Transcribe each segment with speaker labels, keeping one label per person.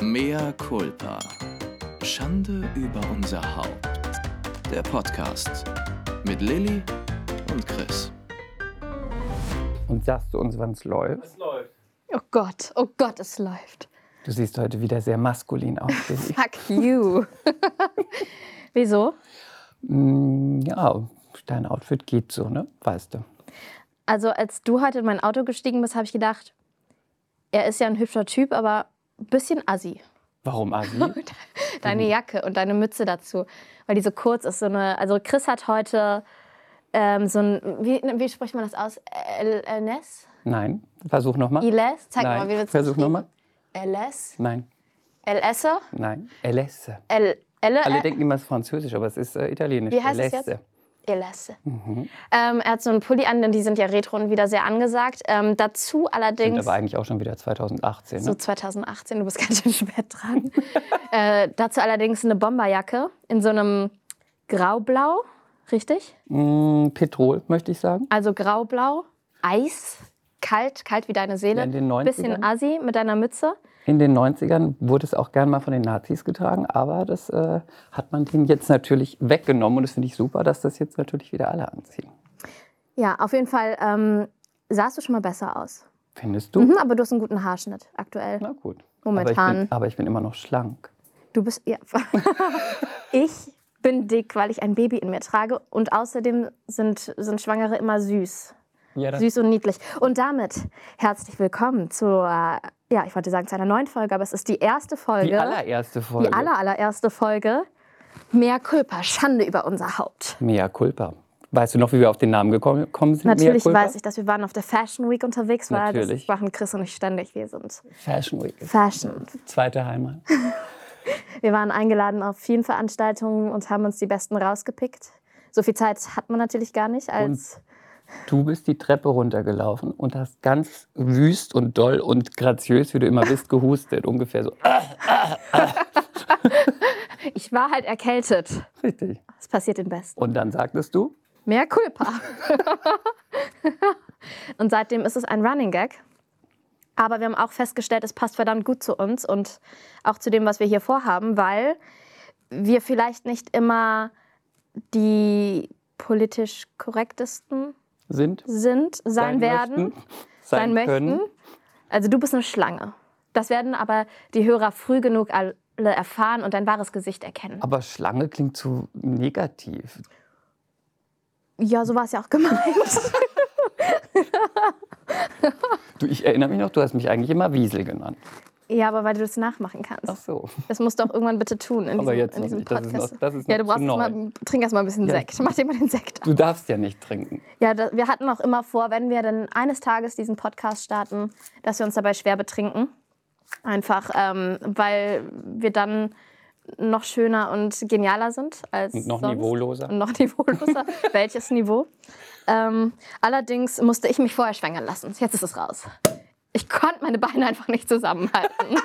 Speaker 1: Mea culpa. Schande über unser Haupt. Der Podcast mit Lilly und Chris.
Speaker 2: Und sagst du uns, wann es läuft?
Speaker 3: Oh Gott, oh Gott, es läuft.
Speaker 2: Du siehst heute wieder sehr maskulin aus. Lilly.
Speaker 3: Fuck you. Wieso?
Speaker 2: Mm, ja, dein Outfit geht so, ne? Weißt du.
Speaker 3: Also als du heute in mein Auto gestiegen bist, habe ich gedacht, er ist ja ein hübscher Typ, aber ein bisschen assi.
Speaker 2: Warum, Asi?
Speaker 3: Deine Jacke und deine Mütze dazu, weil die so kurz ist. So eine, also Chris hat heute ähm, so ein, wie, wie spricht man das aus? El, Elnes?
Speaker 2: Nein. Versuch nochmal.
Speaker 3: Iles? Zeig
Speaker 2: Nein.
Speaker 3: mal, wie wird's
Speaker 2: Versuch nochmal.
Speaker 3: Eles?
Speaker 2: Nein,
Speaker 3: Elesse?
Speaker 2: nein. Elesse.
Speaker 3: El, Elle?
Speaker 2: Alle denken immer, es ist Französisch, aber es ist äh, Italienisch.
Speaker 3: Wie heißt es
Speaker 2: Elesse.
Speaker 3: jetzt? Elesse.
Speaker 2: Mhm.
Speaker 3: Ähm, er hat so einen Pulli an, denn die sind ja Retro und wieder sehr angesagt. Ähm, dazu
Speaker 2: Sind
Speaker 3: allerdings
Speaker 2: aber eigentlich auch schon wieder 2018.
Speaker 3: So
Speaker 2: Ne?
Speaker 3: 2018, du bist ganz schön spät dran. äh, dazu allerdings eine Bomberjacke in so einem Graublau, richtig?
Speaker 2: Mm, Petrol, möchte ich sagen.
Speaker 3: Also Graublau, Eis, kalt, kalt wie deine Seele.
Speaker 2: Ja, in den 90ern.
Speaker 3: Bisschen assi mit deiner Mütze.
Speaker 2: In den 90ern wurde es auch gern mal von den Nazis getragen, aber das äh, hat man denen jetzt natürlich weggenommen. Und das finde ich super, dass das jetzt natürlich wieder alle anziehen.
Speaker 3: Ja, auf jeden Fall ähm, sahst du schon mal besser aus.
Speaker 2: Findest du?
Speaker 3: Mhm, aber du hast einen guten Haarschnitt aktuell.
Speaker 2: Na gut. Aber ich,
Speaker 3: Momentan.
Speaker 2: bin, aber ich bin immer noch schlank.
Speaker 3: Du bist. Ja. ich bin dick, weil ich ein Baby in mir trage. Und außerdem sind, sind Schwangere immer süß.
Speaker 2: Ja, das
Speaker 3: Süß und niedlich. Und damit herzlich willkommen zur, ja, ich wollte sagen zu einer neuen Folge, aber es ist die erste Folge,
Speaker 2: die allererste Folge.
Speaker 3: die aller, allererste Folge, Mehr Kulpa, Schande über unser Haupt.
Speaker 2: Mea culpa. Weißt du noch, wie wir auf den Namen gekommen gekommen sind?
Speaker 3: Natürlich weiß ich das, wir waren auf der Fashion Week unterwegs, weil
Speaker 2: Natürlich.
Speaker 3: das machen Chris und ich ständig, wir sind
Speaker 2: Fashion Week. ist
Speaker 3: Fashion.
Speaker 2: Zweite Heimat.
Speaker 3: Wir waren eingeladen auf vielen Veranstaltungen und haben uns die Besten rausgepickt. So viel Zeit hat man natürlich gar nicht als...
Speaker 2: Du bist die Treppe runtergelaufen und hast ganz wüst und doll und graziös, wie du immer bist, gehustet. Ungefähr so. Ah,
Speaker 3: Ich war halt erkältet.
Speaker 2: richtig.
Speaker 3: Das passiert den Besten.
Speaker 2: Und dann sagtest du,
Speaker 3: Mehr Culpa. und seitdem ist es ein Running Gag. Aber wir haben auch festgestellt, es passt verdammt gut zu uns und auch zu dem, was wir hier vorhaben, weil wir vielleicht nicht immer die politisch korrektesten
Speaker 2: sind,
Speaker 3: sind, sein, werden,
Speaker 2: möchten,
Speaker 3: sein möchten.
Speaker 2: können.
Speaker 3: Also du bist eine Schlange. Das werden aber die Hörer früh genug alle erfahren und dein wahres Gesicht erkennen.
Speaker 2: Aber Schlange klingt zu negativ.
Speaker 3: Ja, so war es ja auch gemeint.
Speaker 2: Du, ich erinnere mich noch, du hast mich eigentlich immer Wiesel genannt.
Speaker 3: ja, aber weil du das nachmachen kannst.
Speaker 2: Ach so.
Speaker 3: Das musst du auch irgendwann bitte tun in
Speaker 2: Aber
Speaker 3: diesem,
Speaker 2: jetzt
Speaker 3: in
Speaker 2: noch
Speaker 3: diesem
Speaker 2: nicht. Das ist
Speaker 3: Podcast.
Speaker 2: noch- das ist
Speaker 3: ja,
Speaker 2: noch
Speaker 3: du brauchst
Speaker 2: zu neu.
Speaker 3: mal, trink erst mal ein bisschen
Speaker 2: Ja.
Speaker 3: Sekt. Mach dir mal den Sekt an.
Speaker 2: Du darfst ja nicht trinken.
Speaker 3: Ja, da, wir hatten auch immer vor, wenn wir dann eines Tages diesen Podcast starten, dass wir uns dabei schwer betrinken. Einfach, ähm, weil wir dann noch schöner und genialer sind als
Speaker 2: Und noch
Speaker 3: sonst. Hm.
Speaker 2: niveauloser.
Speaker 3: Und noch niveauloser. Welches Niveau? Ähm, allerdings musste ich mich vorher schwängern lassen. Jetzt ist es raus. Ich konnte meine Beine einfach nicht zusammenhalten.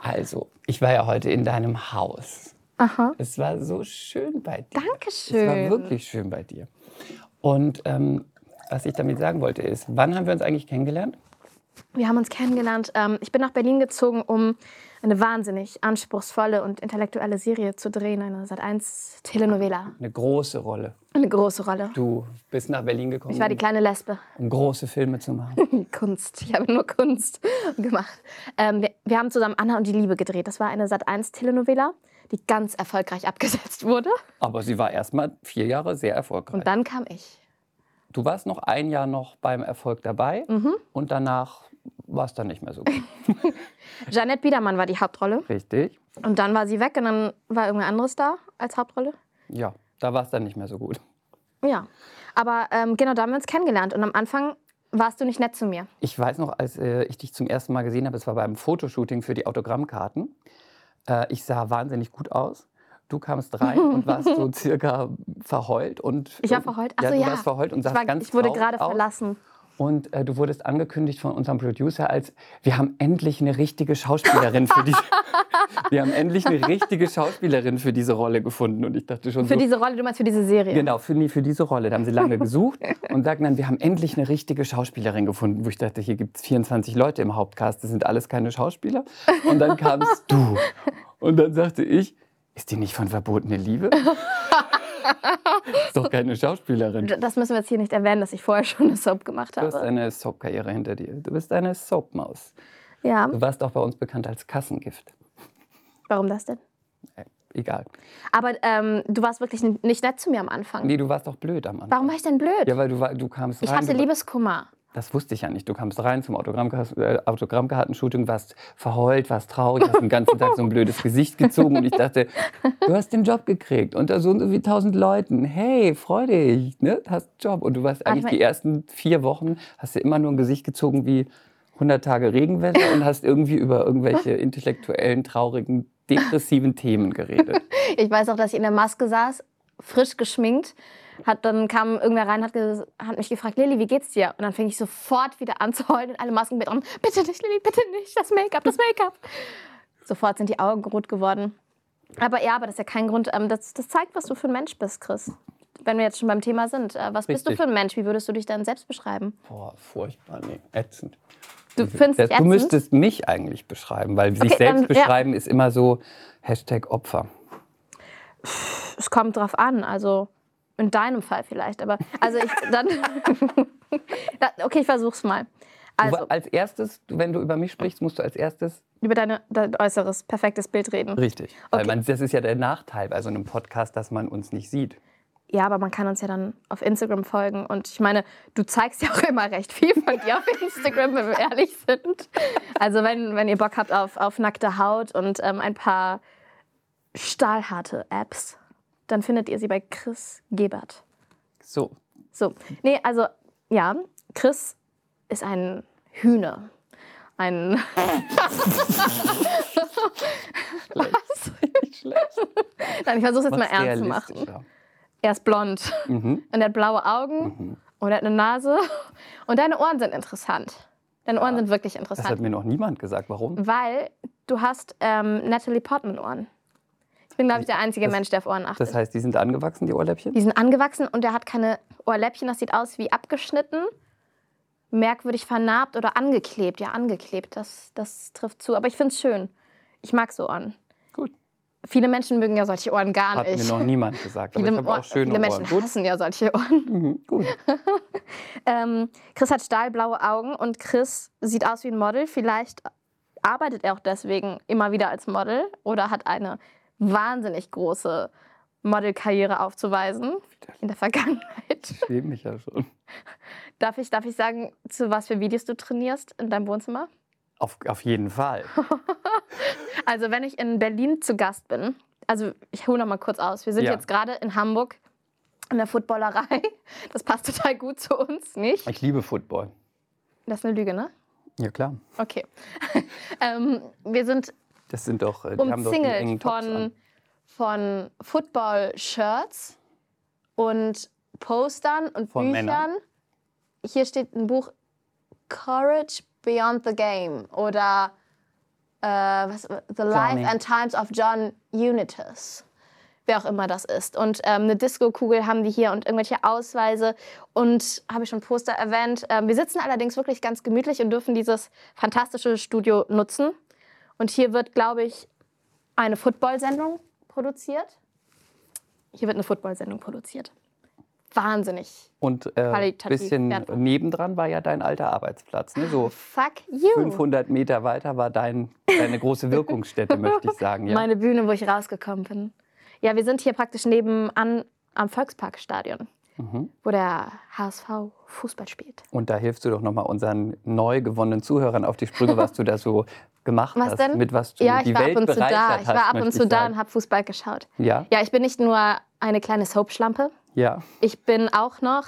Speaker 2: Also, ich war ja heute in deinem Haus.
Speaker 3: Aha.
Speaker 2: Es war so schön bei dir.
Speaker 3: Dankeschön.
Speaker 2: Es war wirklich schön bei dir. Und ähm, was ich damit sagen wollte ist, wann haben wir uns eigentlich kennengelernt?
Speaker 3: Wir haben uns kennengelernt. Ähm, ich bin nach Berlin gezogen, um eine wahnsinnig anspruchsvolle und intellektuelle Serie zu drehen, eine Sat1 Telenovela.
Speaker 2: Eine große Rolle.
Speaker 3: Eine große Rolle.
Speaker 2: Du bist nach Berlin gekommen,
Speaker 3: Ich war die kleine Lesbe.
Speaker 2: um große Filme zu machen.
Speaker 3: Kunst. Ich habe nur Kunst gemacht. Ähm, wir, wir haben zusammen Anna und die Liebe gedreht. Das war eine Sat1 Telenovela, die ganz erfolgreich abgesetzt wurde.
Speaker 2: Aber sie war erst mal vier Jahre sehr erfolgreich.
Speaker 3: Und dann kam ich.
Speaker 2: Du warst noch ein Jahr noch beim Erfolg dabei
Speaker 3: Mhm.
Speaker 2: und danach war es dann nicht mehr so gut.
Speaker 3: Jeanette Biedermann war die Hauptrolle.
Speaker 2: Richtig?
Speaker 3: Und dann war sie weg und dann war irgendwer anderes da als Hauptrolle.
Speaker 2: Ja, da war es dann nicht mehr so gut.
Speaker 3: Ja. Aber ähm, genau, da haben wir uns kennengelernt. Und am Anfang warst du nicht nett zu mir.
Speaker 2: Ich weiß noch, als äh, ich dich zum ersten Mal gesehen habe, es war beim Fotoshooting für die Autogrammkarten. Äh, ich sah wahnsinnig gut aus. Du kamst rein und warst so circa verheult und
Speaker 3: Ich war verheult? Ach
Speaker 2: ja,
Speaker 3: so,
Speaker 2: du
Speaker 3: ja.
Speaker 2: warst verheult und
Speaker 3: Ich,
Speaker 2: sahst
Speaker 3: war,
Speaker 2: ganz
Speaker 3: ich wurde
Speaker 2: traurig
Speaker 3: gerade
Speaker 2: aus.
Speaker 3: verlassen.
Speaker 2: Und äh, du wurdest angekündigt von unserem Producer als, wir haben endlich eine richtige Schauspielerin für diese, wir haben endlich eine richtige Schauspielerin für diese Rolle gefunden. Und ich dachte schon
Speaker 3: Für
Speaker 2: so,
Speaker 3: diese Rolle, du meinst für diese Serie.
Speaker 2: Genau, für, nee, für diese Rolle. Da haben sie lange gesucht und sagten dann, wir haben endlich eine richtige Schauspielerin gefunden. Wo ich dachte, hier gibt es 24 Leute im Hauptcast, das sind alles keine Schauspieler. Und dann kamst du. Und dann sagte ich, ist die nicht von Verbotene Liebe? ist doch keine Schauspielerin.
Speaker 3: D- Das müssen wir jetzt hier nicht erwähnen, dass ich vorher schon eine Soap gemacht
Speaker 2: Du hast
Speaker 3: habe.
Speaker 2: eine Soap-Karriere hinter dir. Du bist eine Soap-Maus.
Speaker 3: Ja,
Speaker 2: Du warst auch bei uns bekannt als Kassengift.
Speaker 3: warum das denn?
Speaker 2: Egal.
Speaker 3: Aber ähm, du warst wirklich n- nicht nett zu mir am Anfang.
Speaker 2: Nee, du warst auch blöd am Anfang.
Speaker 3: Warum war ich denn blöd?
Speaker 2: Ja, weil du, war, du kamst
Speaker 3: ich
Speaker 2: rein.
Speaker 3: hatte
Speaker 2: du-
Speaker 3: Liebeskummer.
Speaker 2: Das wusste ich ja nicht. Du kamst rein zum Autogrammkas- äh, Autogrammkartenshooting, warst verheult, warst traurig, hast den ganzen Tag so ein blödes Gesicht gezogen und ich dachte, du hast den Job gekriegt unter so und so wie tausend Leuten. Hey, freu dich, ne? hast einen Job. Und du warst eigentlich
Speaker 3: Warte mal.
Speaker 2: die ersten vier Wochen, hast du immer nur ein Gesicht gezogen wie 100 Tage Regenwetter und hast irgendwie über irgendwelche intellektuellen, traurigen, depressiven Themen geredet.
Speaker 3: Ich weiß auch, dass ich in der Maske saß, frisch geschminkt. Hat, dann kam irgendwer rein, hat, ges- hat mich gefragt, Lilly, wie geht's dir? Und dann fing ich sofort wieder an zu heulen und alle Masken mit an. Bitte nicht, Lilly, bitte nicht, das Make-up, das Make-up. Sofort sind die Augen rot geworden. Aber ja, aber das ist ja kein Grund. Ähm, das, das zeigt, was du für ein Mensch bist, Chris. Wenn wir jetzt schon beim Thema sind. Äh, was bist du
Speaker 2: Richtig.
Speaker 3: für ein Mensch? Wie würdest du dich denn selbst beschreiben?
Speaker 2: Boah, furchtbar, nee, ätzend.
Speaker 3: Du findest
Speaker 2: Das,
Speaker 3: dich
Speaker 2: du
Speaker 3: ätzend?
Speaker 2: müsstest mich eigentlich beschreiben, weil sich
Speaker 3: Okay,
Speaker 2: selbst
Speaker 3: dann- ja.
Speaker 2: beschreiben ist immer so Hashtag Opfer.
Speaker 3: Es kommt drauf an, also in deinem Fall vielleicht, aber also ich dann. Da- okay, ich versuch's mal.
Speaker 2: Du
Speaker 3: Also
Speaker 2: wa- als erstes, du- wenn du über mich sprichst, musst du als erstes
Speaker 3: über deine, dein äußeres perfektes Bild reden.
Speaker 2: richtig. Weil
Speaker 3: Okay.
Speaker 2: man, das ist ja der Nachteil bei so einem Podcast, dass man uns nicht sieht.
Speaker 3: Ja, aber man kann uns ja dann auf Instagram folgen und ich meine, du zeigst ja auch immer recht viel von dir auf Instagram, wenn wir ehrlich sind. Also wenn, wenn ihr Bock habt auf, auf nackte Haut und ähm, ein paar stahlharte Apps, dann findet ihr sie bei Chris Gebert.
Speaker 2: So.
Speaker 3: So, nee, also ja, Chris ist ein Hühner. Ein. Was? Nein, ich versuche es jetzt mal ernst zu machen. Er ist blond
Speaker 2: Mhm.
Speaker 3: und er hat blaue Augen und er hat eine Nase und deine Ohren sind interessant. Deine Ohren sind wirklich
Speaker 2: Das hat
Speaker 3: interessant,
Speaker 2: mir noch niemand gesagt. Warum?
Speaker 3: weil du hast ähm, Natalie Portman Ohren. Ich bin glaube ich der einzige
Speaker 2: Das-
Speaker 3: Mensch, der auf Ohren achtet.
Speaker 2: Das heißt, die sind angewachsen, die Ohrläppchen?
Speaker 3: Die sind angewachsen und er hat keine Ohrläppchen. Das sieht aus wie abgeschnitten, merkwürdig vernarbt oder angeklebt. Ja, angeklebt, das, das trifft zu. Aber ich finde es schön. Ich mag so Ohren.
Speaker 2: Gut.
Speaker 3: Viele Menschen mögen ja solche Ohren gar
Speaker 2: Hat mir
Speaker 3: nicht.
Speaker 2: noch niemand gesagt. Aber
Speaker 3: Viele,
Speaker 2: ich habe
Speaker 3: Ohr-
Speaker 2: auch schöne
Speaker 3: viele
Speaker 2: Ohren.
Speaker 3: Menschen
Speaker 2: Gut.
Speaker 3: hassen ja solche Ohren.
Speaker 2: Mhm. Gut.
Speaker 3: Ähm, Chris hat stahlblaue Augen und Chris sieht aus wie ein Model. Vielleicht arbeitet er auch deswegen immer wieder als Model oder hat eine wahnsinnig große Modelkarriere aufzuweisen in der Vergangenheit.
Speaker 2: Ich schäme mich ja schon.
Speaker 3: Darf ich, darf ich sagen, zu was für Videos du trainierst in deinem Wohnzimmer?
Speaker 2: Auf, auf jeden Fall.
Speaker 3: Also, wenn ich in Berlin zu Gast bin, also ich hole noch mal kurz aus. Wir sind
Speaker 2: Ja.
Speaker 3: jetzt gerade in Hamburg in der Footballerei. Das passt total gut zu uns, nicht?
Speaker 2: Ich liebe Football.
Speaker 3: Das ist eine Lüge, ne?
Speaker 2: Ja, klar.
Speaker 3: Okay. ähm, wir sind
Speaker 2: Das sind doch, äh, die haben doch die engen
Speaker 3: umzingelt
Speaker 2: Tops an.
Speaker 3: von, von Football-Shirts und Postern und
Speaker 2: Von
Speaker 3: Büchern.
Speaker 2: Männern.
Speaker 3: Hier steht ein Buch Courage Beyond the Game oder äh, was, The Life
Speaker 2: Johnny.
Speaker 3: and Times of John Unitas. Wer auch immer das ist. Und ähm, eine Disco-Kugel haben die hier und irgendwelche Ausweise und habe ich schon Poster erwähnt. Ähm, wir sitzen allerdings wirklich ganz gemütlich und dürfen dieses fantastische Studio nutzen. Und hier wird, glaube ich, eine Football-Sendung produziert. Hier wird eine Football-Sendung produziert. Wahnsinnig.
Speaker 2: Und ein äh,
Speaker 3: qualitativ
Speaker 2: bisschen
Speaker 3: wertvoll.
Speaker 2: nebendran war ja dein alter Arbeitsplatz. Ne? So
Speaker 3: Fuck you.
Speaker 2: 500 Meter weiter war dein, deine große Wirkungsstätte, möchte ich sagen. Ja.
Speaker 3: Meine Bühne, wo ich rausgekommen bin. Ja, wir sind hier praktisch nebenan am Volksparkstadion,
Speaker 2: Mhm.
Speaker 3: wo der HSV Fußball spielt.
Speaker 2: Und da hilfst du doch nochmal unseren neu gewonnenen Zuhörern auf die Sprünge, was du da so gemacht
Speaker 3: Was
Speaker 2: hast.
Speaker 3: denn?
Speaker 2: Mit was du
Speaker 3: ja, ich
Speaker 2: die
Speaker 3: war
Speaker 2: Welt
Speaker 3: ab und zu
Speaker 2: bereichert
Speaker 3: da.
Speaker 2: hast.
Speaker 3: Ich war ab und
Speaker 2: möchte
Speaker 3: zu
Speaker 2: ich
Speaker 3: da
Speaker 2: sagen.
Speaker 3: und habe Fußball geschaut.
Speaker 2: Ja,
Speaker 3: Ja, ich bin nicht nur eine kleine Soapschlampe,
Speaker 2: ja.
Speaker 3: ich bin auch noch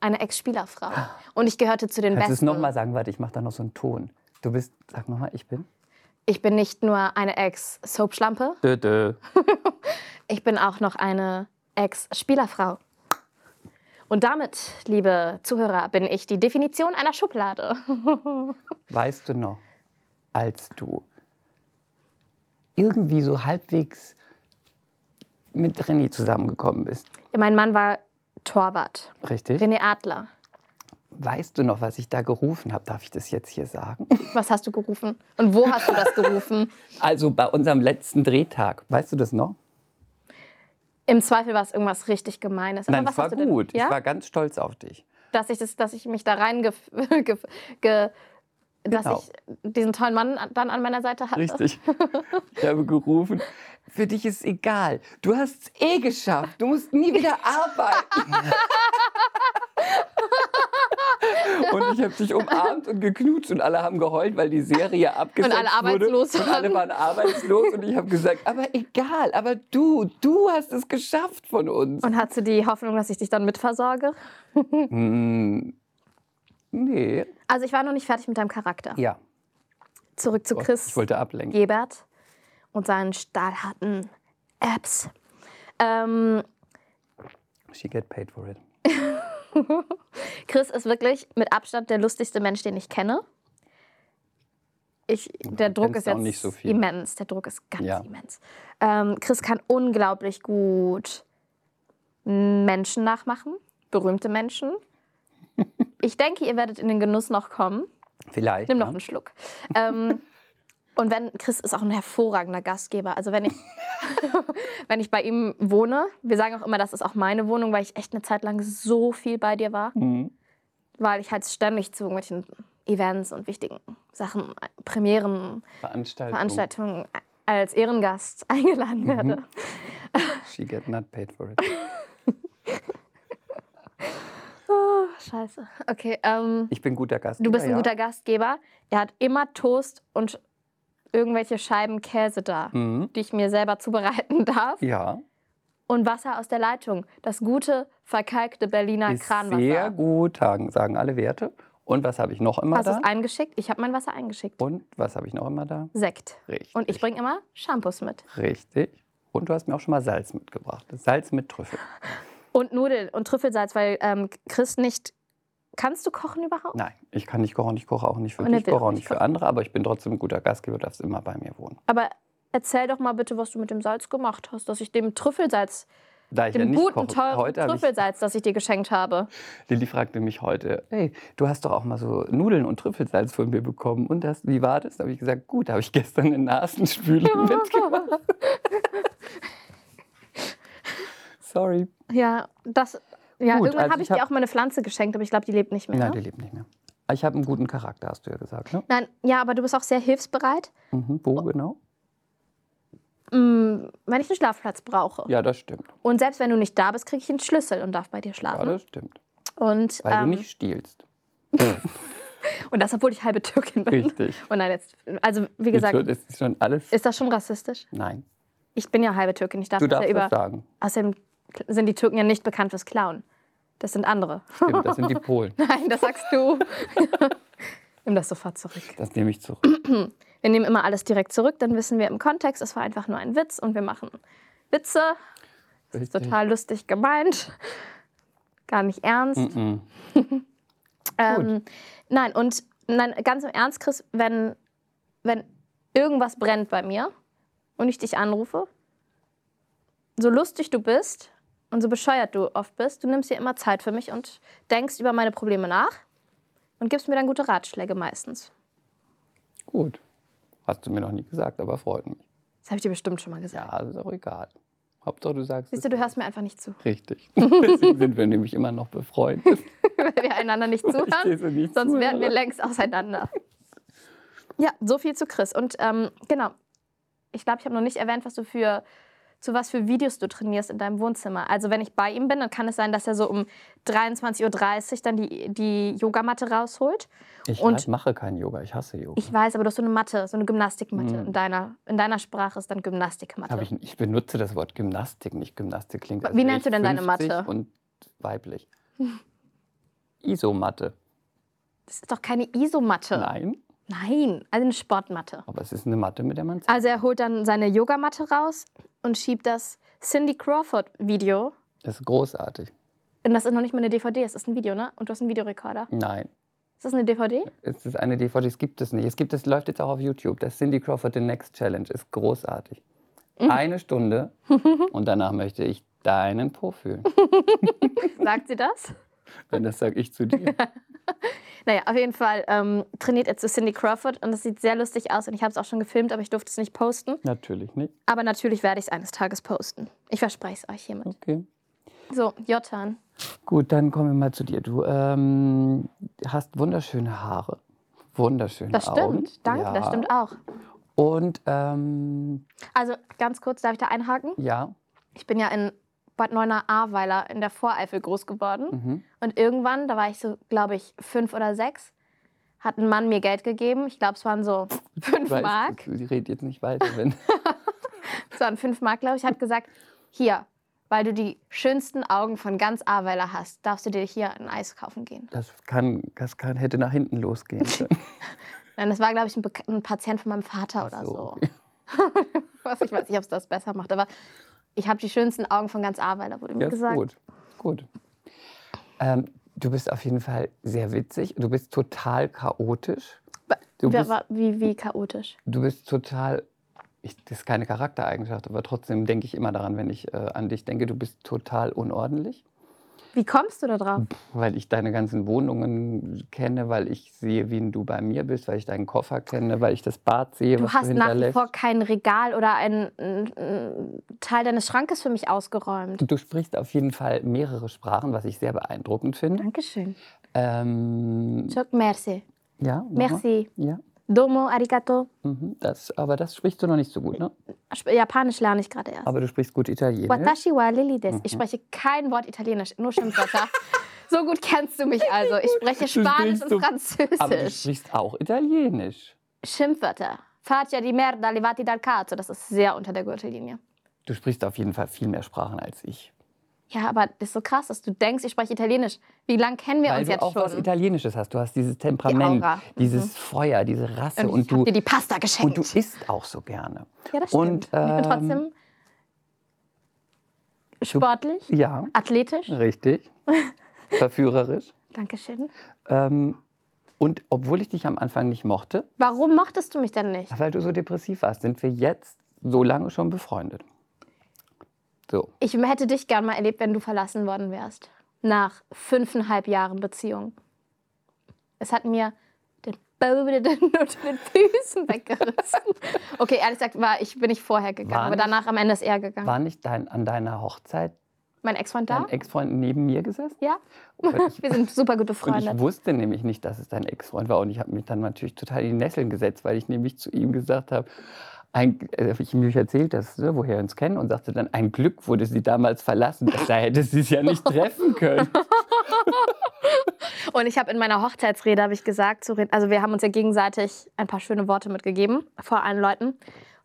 Speaker 3: eine Ex-Spielerfrau. Und ich gehörte zu den
Speaker 2: Kannst du es
Speaker 3: Besten.
Speaker 2: nochmal sagen? Warte, ich mache da noch so einen Ton. Du bist, sag nochmal, ich bin.
Speaker 3: Ich bin nicht nur eine Ex-Soapschlampe,
Speaker 2: Dö, dö.
Speaker 3: ich bin auch noch eine Ex-Spielerfrau. Und damit, liebe Zuhörer, bin ich die Definition einer Schublade.
Speaker 2: Weißt du noch, als du irgendwie so halbwegs mit René zusammengekommen bist,
Speaker 3: mein Mann war Torwart,
Speaker 2: richtig?
Speaker 3: René Adler.
Speaker 2: Weißt du noch, was ich da gerufen habe? Darf ich das jetzt hier sagen?
Speaker 3: Was hast du gerufen? Und wo hast du das gerufen?
Speaker 2: Also bei unserem letzten Drehtag, weißt du das noch?
Speaker 3: Im Zweifel war es irgendwas richtig Gemeines.
Speaker 2: Nein,
Speaker 3: was
Speaker 2: es war
Speaker 3: hast du denn-
Speaker 2: gut.
Speaker 3: Ja?
Speaker 2: Ich war ganz stolz auf dich.
Speaker 3: dass, ich das, dass ich mich da rein... Ge ge ge dass
Speaker 2: Genau.
Speaker 3: ich diesen tollen Mann an- dann an meiner Seite hatte.
Speaker 2: Richtig. Ich habe gerufen, für dich ist egal. Du hast es eh geschafft. Du musst nie wieder arbeiten. Und ich habe dich umarmt und geknutscht und alle haben geheult, weil die Serie abgesetzt
Speaker 3: alle arbeitslos
Speaker 2: wurde. Und alle waren arbeitslos und ich habe gesagt, aber egal, aber du, du hast es geschafft von uns.
Speaker 3: Und hast du die Hoffnung, dass ich dich dann mitversorge?
Speaker 2: Hm, nee,
Speaker 3: Also ich war noch nicht fertig mit deinem Charakter.
Speaker 2: ja.
Speaker 3: Zurück zu Chris.
Speaker 2: Ich wollte ablenken.
Speaker 3: Gebert und seinen stahlharten Apps. Ähm,
Speaker 2: She get paid for it.
Speaker 3: Chris ist wirklich mit Abstand der lustigste Mensch, den ich kenne. Ich, der
Speaker 2: du
Speaker 3: Druck
Speaker 2: kennst
Speaker 3: ist
Speaker 2: auch
Speaker 3: jetzt
Speaker 2: nicht so viel.
Speaker 3: immens. Der Druck ist ganz
Speaker 2: Ja.
Speaker 3: immens. Ähm, Chris kann unglaublich gut Menschen nachmachen, berühmte Menschen. Ich denke, ihr werdet in den Genuss noch kommen.
Speaker 2: Vielleicht. ne?
Speaker 3: Nimm noch
Speaker 2: ja.
Speaker 3: einen Schluck. Ähm, und wenn Chris ist auch ein hervorragender Gastgeber. Also wenn ich, wenn ich bei ihm wohne, wir sagen auch immer, das ist auch meine Wohnung, weil ich echt eine Zeit lang so viel bei dir war,
Speaker 2: Mhm.
Speaker 3: weil ich halt ständig zu irgendwelchen Events und wichtigen Sachen, Premieren,
Speaker 2: Veranstaltung.
Speaker 3: Veranstaltungen als Ehrengast
Speaker 2: Mhm.
Speaker 3: eingeladen werde.
Speaker 2: She get not paid for it.
Speaker 3: Oh, scheiße. Okay, ähm,
Speaker 2: Ich bin guter Gast.
Speaker 3: du bist ein
Speaker 2: ja.
Speaker 3: guter Gastgeber. Er hat immer Toast und irgendwelche Scheiben Käse da.
Speaker 2: Mhm.
Speaker 3: die ich mir selber zubereiten darf.
Speaker 2: Ja,
Speaker 3: Und Wasser aus der Leitung. Das gute, verkalkte Berliner
Speaker 2: ist
Speaker 3: Kranwasser.
Speaker 2: sehr gut, sagen sagen alle Werte. Und was habe ich noch immer
Speaker 3: Hast du
Speaker 2: da?
Speaker 3: es eingeschickt? Ich habe mein Wasser eingeschickt.
Speaker 2: Und was habe ich noch immer da?
Speaker 3: Sekt.
Speaker 2: Richtig.
Speaker 3: Und ich bringe immer Shampoos mit.
Speaker 2: Richtig. Und du hast mir auch schon mal Salz mitgebracht. Das Salz mit Trüffel.
Speaker 3: Und Nudeln und Trüffelsalz, weil ähm, Chris nicht. Kannst du kochen überhaupt?
Speaker 2: Nein, ich kann nicht kochen, ich koche auch nicht für
Speaker 3: Und
Speaker 2: dich,
Speaker 3: er
Speaker 2: ich
Speaker 3: will
Speaker 2: koche
Speaker 3: auch
Speaker 2: auch
Speaker 3: nicht
Speaker 2: nicht für andere, aber ich bin trotzdem ein guter Gastgeber, darfst immer bei mir wohnen.
Speaker 3: Aber erzähl doch mal bitte, was du mit dem Salz gemacht hast, dass ich dem Trüffelsalz,
Speaker 2: Da ich ja
Speaker 3: dem
Speaker 2: nicht
Speaker 3: guten,
Speaker 2: koche,
Speaker 3: teuren
Speaker 2: heute habe ich
Speaker 3: Trüffelsalz, das ich dir geschenkt habe.
Speaker 2: Lilly fragte mich heute, hey, du hast doch auch mal so Nudeln und Trüffelsalz von mir bekommen. Und das, wie war das? Da habe ich gesagt, gut, da habe ich gestern eine Nasenspülung mitgemacht. Sorry.
Speaker 3: Ja, das. Ja,
Speaker 2: Gut,
Speaker 3: irgendwann
Speaker 2: also ich
Speaker 3: habe ich
Speaker 2: hab-
Speaker 3: dir auch mal eine Pflanze geschenkt, aber ich glaube, die lebt nicht mehr.
Speaker 2: Nein,
Speaker 3: ne?
Speaker 2: die lebt nicht mehr. Ah, Ich habe einen guten Charakter, hast du ja gesagt. Ne?
Speaker 3: Nein, ja, aber du bist auch sehr hilfsbereit.
Speaker 2: Mhm. Wo genau?
Speaker 3: Mm, wenn ich einen Schlafplatz brauche.
Speaker 2: Ja, das stimmt.
Speaker 3: Und selbst wenn du nicht da bist, kriege ich einen Schlüssel und darf bei dir
Speaker 2: Ja,
Speaker 3: schlafen.
Speaker 2: das stimmt.
Speaker 3: und,
Speaker 2: Weil
Speaker 3: ähm,
Speaker 2: du nicht stiehlst.
Speaker 3: und das, obwohl ich halbe Türkin bin.
Speaker 2: Richtig.
Speaker 3: Und nein, jetzt, also wie
Speaker 2: Jetzt
Speaker 3: gesagt,
Speaker 2: wird- es ist schon alles.
Speaker 3: ist das schon rassistisch?
Speaker 2: Nein.
Speaker 3: Ich bin ja halbe Türkin, ich darf
Speaker 2: Du
Speaker 3: das
Speaker 2: darfst
Speaker 3: ja über.
Speaker 2: das sagen.
Speaker 3: Außerdem sind die Türken ja nicht bekannt fürs Klauen. Das sind andere.
Speaker 2: Stimmt, das sind die Polen.
Speaker 3: Nein, das sagst du. Nimm das sofort zurück.
Speaker 2: Das nehme ich zurück.
Speaker 3: Wir nehmen immer alles direkt zurück, dann wissen wir im Kontext, es war einfach nur ein Witz und wir machen Witze. Das ist
Speaker 2: Hm.
Speaker 3: total lustig gemeint. Gar nicht ernst.
Speaker 2: Mhm.
Speaker 3: Ähm, nein, und nein, ganz im Ernst, Chris, wenn, wenn irgendwas brennt bei mir und ich dich anrufe, so lustig du bist und so bescheuert du oft bist, du nimmst dir immer Zeit für mich und denkst über meine Probleme nach und gibst mir dann gute Ratschläge meistens.
Speaker 2: Gut. Hast du mir noch nie gesagt, aber freut mich.
Speaker 3: Das habe ich dir bestimmt schon mal gesagt.
Speaker 2: Ja, ist auch egal. Hauptsache, du sagst
Speaker 3: Siehst
Speaker 2: es
Speaker 3: du, du hörst mir einfach nicht zu,
Speaker 2: richtig. Deswegen sind wir nämlich immer noch befreundet.
Speaker 3: weil wir einander nicht
Speaker 2: Ich
Speaker 3: zuhören.
Speaker 2: lese nicht
Speaker 3: Sonst
Speaker 2: zu,
Speaker 3: wären wir
Speaker 2: oder?
Speaker 3: längst auseinander. Ja, so viel zu Chris. Und ähm, genau, ich glaube, ich habe noch nicht erwähnt, was du für zu was für Videos du trainierst in deinem Wohnzimmer. Also wenn ich bei ihm bin, dann kann es sein, dass er so um 23.30 Uhr dann die, die Yogamatte rausholt.
Speaker 2: Ich
Speaker 3: Und-
Speaker 2: halt mache keinen Yoga, ich hasse Yoga.
Speaker 3: Ich weiß, aber du hast so eine Matte, so eine Gymnastikmatte.
Speaker 2: Mhm.
Speaker 3: In, deiner, in deiner Sprache ist dann
Speaker 2: Aber
Speaker 3: Gymnastikmatte.
Speaker 2: ich, ich benutze das Wort Gymnastik, nicht Gymnastik klingt.
Speaker 3: Wie
Speaker 2: als wäre
Speaker 3: nennst
Speaker 2: ich
Speaker 3: du denn deine
Speaker 2: 50
Speaker 3: Matte?
Speaker 2: Und weiblich. Isomatte.
Speaker 3: Das ist doch keine Isomatte.
Speaker 2: Nein,
Speaker 3: Nein, also eine Sportmatte.
Speaker 2: aber es ist eine Matte, mit der man.
Speaker 3: Also er holt dann seine Yogamatte raus und schiebt das Cindy Crawford Video
Speaker 2: Das ist großartig.
Speaker 3: Und das ist noch nicht mal eine DVD, es ist ein Video, ne? Und du hast einen Videorekorder.
Speaker 2: Nein,
Speaker 3: Ist das eine DVD?
Speaker 2: es ist eine DVD, es gibt es nicht. Es gibt es, läuft jetzt auch auf YouTube. Das Cindy Crawford The Next Challenge ist großartig.
Speaker 3: Mhm.
Speaker 2: Eine Stunde und danach möchte ich deinen Po fühlen.
Speaker 3: Sagt sie das?
Speaker 2: Wenn das sage ich zu dir.
Speaker 3: Naja, auf jeden Fall ähm, trainiert er zu Cindy Crawford und das sieht sehr lustig aus. Und ich habe es auch schon gefilmt, aber ich durfte es nicht posten.
Speaker 2: Natürlich nicht.
Speaker 3: Aber natürlich werde ich es eines Tages posten. Ich verspreche es euch hiermit.
Speaker 2: Okay.
Speaker 3: So, Jotan.
Speaker 2: Gut, dann kommen wir mal zu dir. Du ähm, hast wunderschöne Haare. Wunderschöne
Speaker 3: Das
Speaker 2: Augen.
Speaker 3: stimmt. Danke, das stimmt auch.
Speaker 2: Und ähm,
Speaker 3: Also ganz kurz, darf ich da einhaken?
Speaker 2: ja,
Speaker 3: Ich bin ja in Bad Neuner-Ahrweiler in der Voreifel groß geworden.
Speaker 2: mhm.
Speaker 3: Und irgendwann, da war ich so, glaube ich, fünf oder sechs, hat ein Mann mir Geld gegeben. Ich glaube, es waren so fünf
Speaker 2: Ich weiß,
Speaker 3: Mark.
Speaker 2: Sie redet jetzt nicht weiter. Wenn,
Speaker 3: Es waren fünf Mark, glaube ich. Hat gesagt, hier, weil du die schönsten Augen von ganz Ahrweiler hast, darfst du dir hier ein Eis kaufen gehen.
Speaker 2: das kann, das kann, hätte nach hinten losgehen. können.
Speaker 3: Nein, das war, glaube ich, ein, Beka- ein Patient von meinem Vater
Speaker 2: Ach
Speaker 3: oder
Speaker 2: so,
Speaker 3: so.
Speaker 2: okay.
Speaker 3: Was ich weiß nicht, ob es das besser macht, aber ich habe die schönsten Augen von ganz Ahrweiler, wurde mir
Speaker 2: Ja, ist
Speaker 3: gesagt.
Speaker 2: gut. Gut. Ähm, du bist auf jeden Fall sehr witzig. Du bist total chaotisch.
Speaker 3: Ba-
Speaker 2: Du
Speaker 3: Wer
Speaker 2: bist-
Speaker 3: war- wie, wie chaotisch.
Speaker 2: Du bist total. Ich, das ist keine Charaktereigenschaft, aber trotzdem denke ich immer daran, wenn ich äh, an dich denke. Du bist total unordentlich,
Speaker 3: Wie kommst du da drauf?
Speaker 2: weil ich deine ganzen Wohnungen kenne, weil ich sehe, wie du bei mir bist, weil ich deinen Koffer kenne, weil ich das Bad sehe,
Speaker 3: Du
Speaker 2: was
Speaker 3: hast
Speaker 2: du
Speaker 3: nach wie
Speaker 2: hinterlässt.
Speaker 3: vor kein Regal oder einen äh, Teil deines Schrankes für mich ausgeräumt.
Speaker 2: Du sprichst auf jeden Fall mehrere Sprachen, was ich sehr beeindruckend finde.
Speaker 3: Dankeschön.
Speaker 2: Ähm,
Speaker 3: Çok merci.
Speaker 2: ja, nochmal.
Speaker 3: Merci.
Speaker 2: Ja,
Speaker 3: Domo, arigato.
Speaker 2: mhm, das, aber das sprichst du noch nicht so gut, ne?
Speaker 3: Sp Japanisch lerne ich gerade erst.
Speaker 2: Aber du sprichst gut Italienisch.
Speaker 3: Watashi wa Lili des.
Speaker 2: Mhm.
Speaker 3: Ich spreche kein Wort Italienisch, nur Schimpfwörter. so gut kennst du mich also. Ich spreche
Speaker 2: Du
Speaker 3: Spanisch
Speaker 2: sprichst
Speaker 3: und
Speaker 2: so- Aber du
Speaker 3: Französisch.
Speaker 2: sprichst auch Italienisch.
Speaker 3: Schimpfwörter. Faccia di merda, levati dal cazzo. Das ist sehr unter der Gürtellinie.
Speaker 2: Du sprichst auf jeden Fall viel mehr Sprachen als ich.
Speaker 3: Ja, aber das ist so krass, dass du denkst, ich spreche Italienisch. Wie lange kennen wir
Speaker 2: Weil
Speaker 3: uns
Speaker 2: du
Speaker 3: jetzt
Speaker 2: auch was
Speaker 3: schon?
Speaker 2: Italienisches hast. Du hast dieses Temperament,
Speaker 3: Aura. Mhm.
Speaker 2: dieses Feuer, diese Rasse
Speaker 3: und ich
Speaker 2: und,
Speaker 3: hab
Speaker 2: du,
Speaker 3: dir die Pasta geschenkt.
Speaker 2: und du isst auch so gerne.
Speaker 3: ja, das
Speaker 2: und,
Speaker 3: stimmt. ich bin
Speaker 2: ähm,
Speaker 3: trotzdem sportlich,
Speaker 2: Ja,
Speaker 3: athletisch.
Speaker 2: richtig. Verführerisch.
Speaker 3: Dankeschön.
Speaker 2: Ähm, und obwohl ich dich am Anfang nicht mochte,
Speaker 3: Warum mochtest du mich denn nicht?
Speaker 2: weil du so depressiv warst, sind wir jetzt so lange schon befreundet. So,
Speaker 3: Ich hätte dich gern mal erlebt, wenn du verlassen worden wärst. Nach fünfeinhalb Jahren Beziehung. Es hat mir den Böbel den unter den Füßen weggerissen. Okay, ehrlich gesagt, war ich, bin ich vorher gegangen,
Speaker 2: War
Speaker 3: aber
Speaker 2: nicht-
Speaker 3: danach am Ende ist er gegangen.
Speaker 2: war nicht dein, an deiner Hochzeit
Speaker 3: mein Ex-Freund da?
Speaker 2: dein Ex-Freund neben mir gesessen?
Speaker 3: ja.
Speaker 2: Und ich,
Speaker 3: Wir sind super gute
Speaker 2: und ich
Speaker 3: Freunde.
Speaker 2: wusste nämlich nicht, dass es dein Ex-Freund war. Und ich habe mich dann natürlich total in die Nesseln gesetzt, weil ich nämlich zu ihm gesagt habe, ein, äh, ich ihm erzählt, dass, ne, woher wir uns kennen, und sagte dann, ein Glück wurde sie damals verlassen. Da hätte sie es ja nicht treffen können.
Speaker 3: Und ich habe in meiner Hochzeitsrede habe ich gesagt, zu Ren- also wir haben uns ja gegenseitig ein paar schöne Worte mitgegeben vor allen Leuten. Und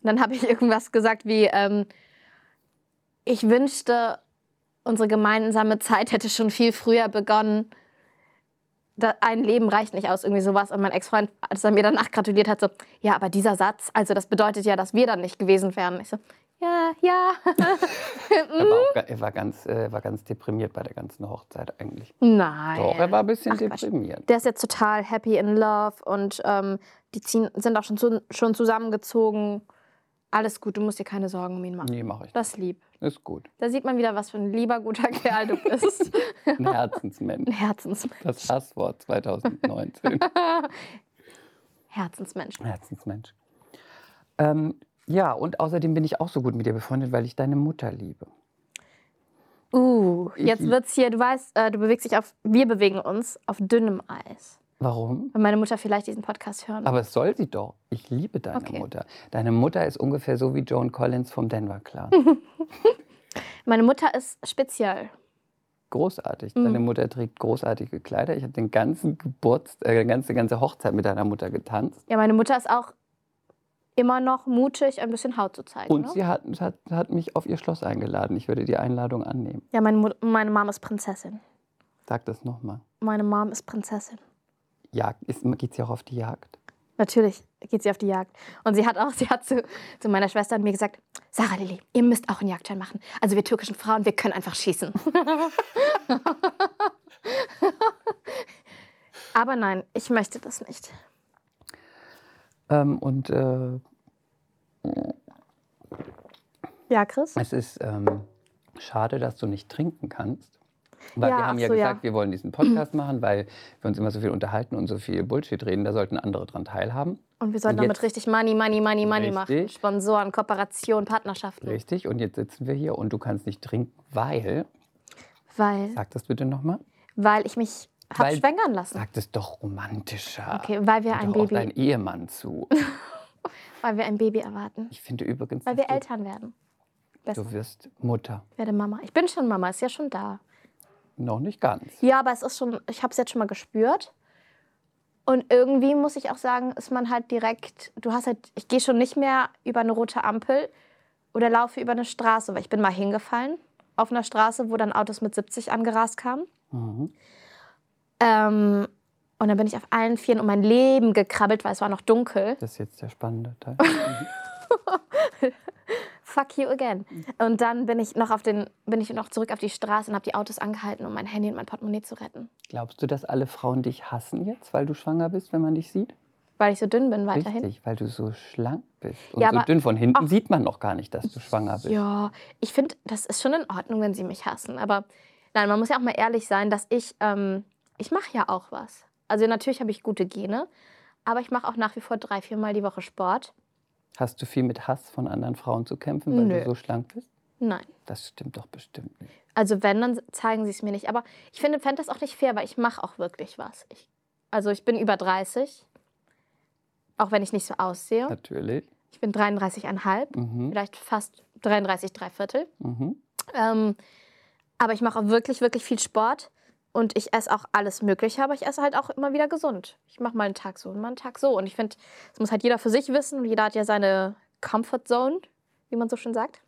Speaker 3: dann habe ich irgendwas gesagt wie, ähm, ich wünschte, unsere gemeinsame Zeit hätte schon viel früher begonnen. Da, ein Leben reicht nicht aus, irgendwie sowas. Und mein Ex-Freund, als er mir danach gratuliert hat, so, ja, aber dieser Satz, also das bedeutet ja, dass wir dann nicht gewesen wären. Ich so, ja, ja. Hm.
Speaker 2: Er war,
Speaker 3: Mhm.
Speaker 2: auch, ga- er war, ganz, äh, war ganz deprimiert bei der ganzen Hochzeit eigentlich.
Speaker 3: Nein.
Speaker 2: Doch, er war ein bisschen
Speaker 3: Ah, Ach, Quatsch.
Speaker 2: deprimiert.
Speaker 3: Der ist jetzt total happy in love und ähm, die ziehen, sind auch schon, zu, schon zusammengezogen. Alles gut, du musst dir keine Sorgen um ihn machen.
Speaker 2: Nee, mache ich.
Speaker 3: Das ist lieb.
Speaker 2: nicht. Ist gut.
Speaker 3: Da sieht man wieder, was für ein lieber, guter Kerl du bist.
Speaker 2: Ein Herzensmensch.
Speaker 3: Ein Herzensmensch.
Speaker 2: Das Passwort 2019.
Speaker 3: Herzensmensch.
Speaker 2: Herzensmensch. Ähm, ja, und außerdem bin ich auch so gut mit dir befreundet, weil ich deine Mutter liebe.
Speaker 3: Uh, jetzt
Speaker 2: Ich-
Speaker 3: wird's hier, du weißt, äh, du bewegst dich auf, wir bewegen uns auf dünnem Eis.
Speaker 2: Warum?
Speaker 3: Wenn meine Mutter vielleicht diesen Podcast hören.
Speaker 2: Aber es soll sie doch. Ich liebe deine
Speaker 3: Okay.
Speaker 2: Mutter. Deine Mutter ist ungefähr so wie Joan Collins vom Denver Clan.
Speaker 3: Mhm. Meine Mutter ist speziell.
Speaker 2: Großartig.
Speaker 3: Mhm.
Speaker 2: Deine Mutter trägt großartige Kleider. Ich habe den ganzen Geburtstag, äh, die ganze, ganze Hochzeit mit deiner Mutter getanzt.
Speaker 3: Ja, meine Mutter ist auch immer noch mutig, ein bisschen Haut zu zeigen.
Speaker 2: Und
Speaker 3: ne?
Speaker 2: sie hat, hat, hat mich auf ihr Schloss eingeladen. Ich würde die Einladung annehmen.
Speaker 3: Ja, meine, Mut- meine Mom ist Prinzessin.
Speaker 2: Sag das nochmal.
Speaker 3: Meine Mom ist Prinzessin.
Speaker 2: Jagd, geht es ja auch auf die Jagd?
Speaker 3: Natürlich. geht sie auf die Jagd. Und sie hat auch, sie hat zu, zu meiner Schwester und mir gesagt, Sarah Lilly, ihr müsst auch einen Jagdschein machen. Also wir türkischen Frauen, wir können einfach schießen. Aber nein, ich möchte das nicht.
Speaker 2: Ähm, und äh,
Speaker 3: Ja, Chris?
Speaker 2: es ist ähm, schade, dass du nicht trinken kannst. Weil
Speaker 3: Ja,
Speaker 2: wir haben
Speaker 3: ach
Speaker 2: ja
Speaker 3: so, ja.
Speaker 2: gesagt, wir wollen diesen Podcast machen, weil wir uns immer so viel unterhalten und so viel Bullshit reden. Da sollten andere dran teilhaben.
Speaker 3: Und wir sollten
Speaker 2: Und
Speaker 3: damit
Speaker 2: jetzt-
Speaker 3: richtig Money, Money, Money, Money machen.
Speaker 2: Richtig.
Speaker 3: Sponsoren, Kooperation, Partnerschaften.
Speaker 2: Richtig. Und jetzt sitzen wir hier und du kannst nicht trinken, weil.
Speaker 3: Weil,
Speaker 2: Sag das bitte nochmal.
Speaker 3: weil ich mich hab
Speaker 2: Weil-
Speaker 3: schwängern lassen.
Speaker 2: Sag das doch romantischer.
Speaker 3: Okay, weil wir
Speaker 2: Hör
Speaker 3: ein
Speaker 2: doch auf
Speaker 3: Baby,
Speaker 2: deinen Ehemann zu.
Speaker 3: weil wir ein Baby erwarten.
Speaker 2: Ich finde übrigens,
Speaker 3: Weil wir
Speaker 2: dass
Speaker 3: Eltern werden.
Speaker 2: du,
Speaker 3: Besser.
Speaker 2: du wirst Mutter.
Speaker 3: Ich werde Mama. Ich bin schon Mama, ist ja schon da.
Speaker 2: Noch nicht ganz.
Speaker 3: Ja, aber es ist schon, ich habe es jetzt schon mal gespürt. Und irgendwie muss ich auch sagen, ist man halt direkt, du hast halt, ich gehe schon nicht mehr über eine rote Ampel oder laufe über eine Straße, weil ich bin mal hingefallen auf einer Straße, wo dann Autos mit 70 angerast kamen.
Speaker 2: Mhm.
Speaker 3: Ähm, und dann bin ich auf allen Vieren um mein Leben gekrabbelt, weil es war noch dunkel.
Speaker 2: Das ist jetzt der spannende Teil.
Speaker 3: Fuck you again. Und dann bin ich noch auf den, bin ich noch zurück auf die Straße und habe die Autos angehalten, um mein Handy und mein Portemonnaie zu retten,
Speaker 2: Glaubst du, dass alle Frauen dich hassen jetzt, weil du schwanger bist, wenn man dich sieht?
Speaker 3: weil ich so dünn bin weiterhin.
Speaker 2: Richtig, weil du so schlank bist. Und
Speaker 3: Ja,
Speaker 2: so
Speaker 3: aber-
Speaker 2: dünn von hinten
Speaker 3: Ach.
Speaker 2: sieht man noch gar nicht, dass du schwanger bist.
Speaker 3: Ja, ich finde, das ist schon in Ordnung, wenn sie mich hassen. Aber nein, man muss ja auch mal ehrlich sein, dass ich, ähm, ich mache ja auch was. Also natürlich habe ich gute Gene, aber ich mache auch nach wie vor drei, viermal die Woche Sport.
Speaker 2: Hast du viel mit Hass von anderen Frauen zu kämpfen, weil
Speaker 3: Nö.
Speaker 2: du so schlank bist?
Speaker 3: Nein.
Speaker 2: Das stimmt doch bestimmt nicht.
Speaker 3: Also wenn, dann zeigen sie es mir nicht. Aber ich finde, fände das auch nicht fair, weil ich mache auch wirklich was. Ich, also ich bin über 30, auch wenn ich nicht so aussehe.
Speaker 2: Natürlich.
Speaker 3: Ich bin 33,5,
Speaker 2: Mhm.
Speaker 3: vielleicht fast 33, drei Viertel.
Speaker 2: Mhm.
Speaker 3: Ähm, aber ich mache auch wirklich, wirklich viel Sport und ich esse auch alles Mögliche, aber ich esse halt auch immer wieder gesund. Ich mache mal einen Tag so und mal einen Tag so. Und ich finde, das muss halt jeder für sich wissen und jeder hat ja seine Comfort Zone, wie man so schön sagt.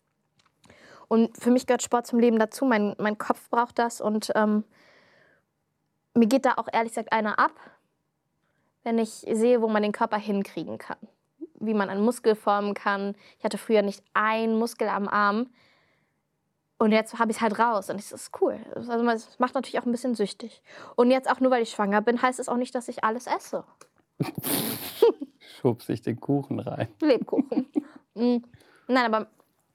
Speaker 3: Und für mich gehört Sport zum Leben dazu. Mein, mein Kopf braucht das und ähm, mir geht da auch ehrlich gesagt einer ab, wenn ich sehe, wo man den Körper hinkriegen kann. Wie man einen Muskel formen kann. Ich hatte früher nicht einen Muskel am Arm. Und jetzt habe ich es halt raus und es ist cool. Also man- es macht natürlich auch ein bisschen süchtig. Und jetzt auch nur, weil ich schwanger bin, heißt es auch nicht, dass ich alles esse.
Speaker 2: Schub sich den Kuchen rein.
Speaker 3: Lebkuchen. Mm. Nein, aber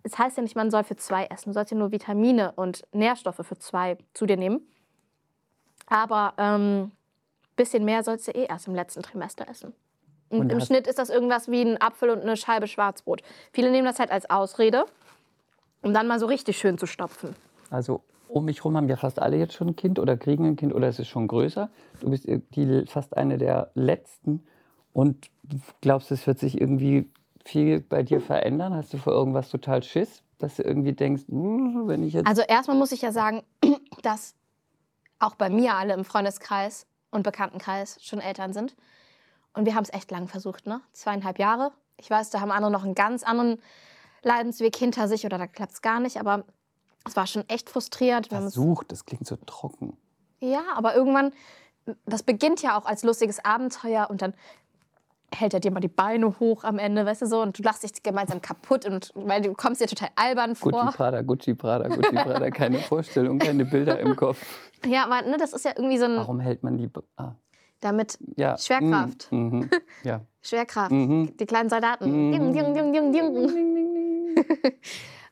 Speaker 3: es heißt ja nicht, man soll für zwei essen. Du sollst ja nur Vitamine und Nährstoffe für zwei zu dir nehmen. Aber ähm, bisschen mehr sollst du eh erst im letzten Trimester essen. Und,
Speaker 2: Und
Speaker 3: im
Speaker 2: hast-
Speaker 3: Schnitt ist das irgendwas wie ein Apfel und eine Scheibe Schwarzbrot. Viele nehmen das halt als Ausrede, um dann mal so richtig schön zu stopfen.
Speaker 2: Also um mich herum haben ja fast alle jetzt schon ein Kind oder kriegen ein Kind oder es ist schon größer. Du bist ir- die, fast eine der letzten und glaubst, es wird sich irgendwie viel bei dir verändern? Hast du vor irgendwas total Schiss, dass du irgendwie denkst, "Hm, wenn ich jetzt...
Speaker 3: Also erstmal muss ich ja sagen, dass auch bei mir alle im Freundeskreis und Bekanntenkreis schon Eltern sind. Und wir haben es echt lang versucht, ne? Zweieinhalb Jahre. Ich weiß, da haben andere noch einen ganz anderen Leidensweg hinter sich oder da klappt es gar nicht, aber es war schon echt frustrierend. Wir haben uns-
Speaker 2: Versucht, das klingt so trocken.
Speaker 3: ja, aber irgendwann, das beginnt ja auch als lustiges Abenteuer und dann hält er dir mal die Beine hoch am Ende, weißt du so, und du lachst dich gemeinsam kaputt und weil du kommst dir total albern vor.
Speaker 2: Gucci Prada, Gucci Prada, Gucci Prada, keine Vorstellung, keine Bilder im Kopf.
Speaker 3: Ja, aber ne, das ist ja irgendwie so ein,
Speaker 2: Warum hält man die... Be- Ah,
Speaker 3: damit
Speaker 2: ja.
Speaker 3: Schwerkraft.
Speaker 2: Mm, Mhm. Ja.
Speaker 3: Schwerkraft,
Speaker 2: Mhm.
Speaker 3: die kleinen Soldaten.
Speaker 2: Mhm.
Speaker 3: Ding, ding, ding, ding, ding.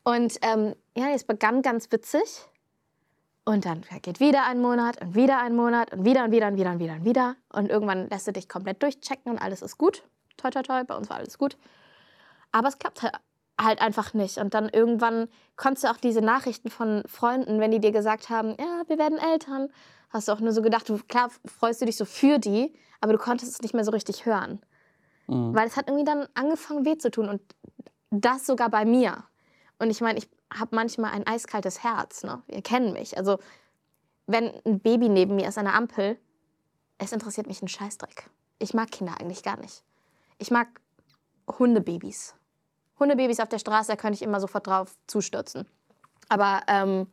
Speaker 3: Und ähm, ja, es begann ganz witzig. Und dann geht wieder ein Monat und wieder ein Monat und wieder und wieder und wieder und wieder und wieder. Und irgendwann lässt du dich komplett durchchecken und alles ist gut. Toi, toi, toi, bei uns war alles gut. Aber es klappt halt- halt einfach nicht. Und dann irgendwann konntest du auch diese Nachrichten von Freunden, wenn die dir gesagt haben, ja, wir werden Eltern, hast du auch nur so gedacht, du, klar freust du dich so für die, aber du konntest es nicht mehr so richtig hören.
Speaker 2: Mhm.
Speaker 3: Weil es hat irgendwie dann angefangen weh zu tun und das sogar bei mir. Und ich meine, ich habe manchmal ein eiskaltes Herz. Ne? Ihr kennt mich. Also wenn ein Baby neben mir ist an der Ampel, es interessiert mich ein Scheißdreck. Ich mag Kinder eigentlich gar nicht. Ich mag Hundebabys. Hundebabys auf der Straße, da könnte ich immer sofort drauf zustürzen. Aber ähm,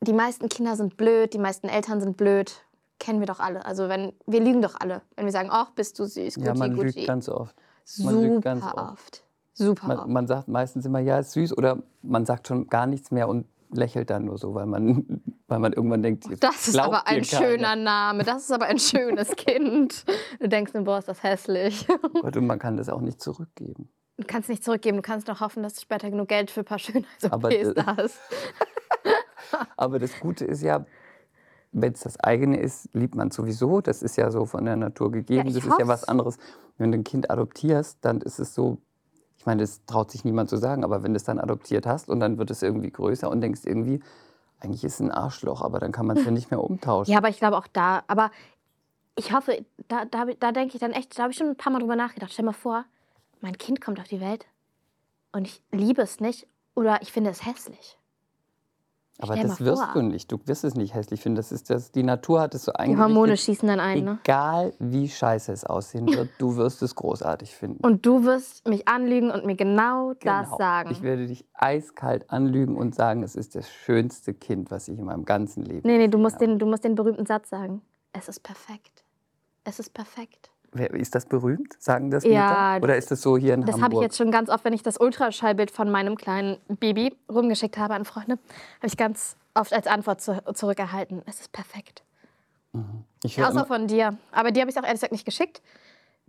Speaker 3: die meisten Kinder sind blöd, die meisten Eltern sind blöd. kennen wir doch alle. Also wenn wir lügen doch alle, wenn wir sagen, ach, bist du süß, guti,
Speaker 2: ja, man
Speaker 3: guti.
Speaker 2: lügt ganz oft.
Speaker 3: Super
Speaker 2: man lügt ganz oft.
Speaker 3: oft. Super oft.
Speaker 2: Man, man sagt meistens immer, ja, ist süß oder man sagt schon gar nichts mehr und lächelt dann nur so, weil man, weil man irgendwann denkt, jetzt
Speaker 3: Das ist
Speaker 2: glaubt
Speaker 3: aber
Speaker 2: ihr
Speaker 3: ein
Speaker 2: keiner.
Speaker 3: schöner Name. Das ist aber ein schönes Kind. Du denkst nur, boah, ist das hässlich.
Speaker 2: Gott, und man kann das auch nicht zurückgeben.
Speaker 3: Du kannst nicht zurückgeben. Du kannst noch hoffen, dass du später genug Geld für ein paar
Speaker 2: Aber
Speaker 3: Schönheits-OPs
Speaker 2: das-
Speaker 3: da hast.
Speaker 2: Aber das Gute ist ja, wenn es das eigene ist, liebt man sowieso. Das ist ja so von der Natur gegeben.
Speaker 3: ich
Speaker 2: das ist ja was
Speaker 3: hoff's.
Speaker 2: anderes. Wenn du ein Kind adoptierst, dann ist es so, ich meine, das traut sich niemand zu sagen, aber wenn du es dann adoptiert hast und dann wird es irgendwie größer und denkst irgendwie, eigentlich ist es ein Arschloch, aber dann kann man es ja nicht mehr umtauschen.
Speaker 3: Ja, aber ich glaube auch da. Aber ich hoffe, da, da, da denke ich dann echt, da habe ich schon ein paar Mal drüber nachgedacht. Stell mal vor, mein Kind kommt auf die Welt und ich liebe es nicht oder ich finde es hässlich.
Speaker 2: aber
Speaker 3: stell
Speaker 2: das
Speaker 3: mal
Speaker 2: wirst
Speaker 3: vor.
Speaker 2: du nicht. Du wirst es nicht hässlich finden. Das ist das, die Natur hat es so
Speaker 3: Die
Speaker 2: eingerichtet.
Speaker 3: Hormone schießen dann ein, ne?
Speaker 2: Egal wie scheiße es aussehen wird, du wirst es großartig finden.
Speaker 3: Und du wirst mich anlügen und mir genau, das
Speaker 2: Genau.
Speaker 3: sagen.
Speaker 2: Ich werde dich eiskalt anlügen und sagen, es ist das schönste Kind, was ich in meinem ganzen Leben.
Speaker 3: Nee, nee, du
Speaker 2: gesehen
Speaker 3: musst,
Speaker 2: habe.
Speaker 3: den, du musst den berühmten Satz sagen. Es ist perfekt. Es ist perfekt.
Speaker 2: Wer- Ist das berühmt? Sagen das
Speaker 3: Ja,
Speaker 2: Mütter? Oder ist das so hier in
Speaker 3: Das habe ich
Speaker 2: Hamburg?
Speaker 3: jetzt schon ganz oft, wenn ich das Ultraschallbild von meinem kleinen Baby rumgeschickt habe an Freunde, habe ich ganz oft als Antwort zu, zurückerhalten. Es ist perfekt.
Speaker 2: ich höre
Speaker 3: Außer
Speaker 2: immer,
Speaker 3: von dir. Aber dir habe ich es auch ehrlich gesagt nicht geschickt.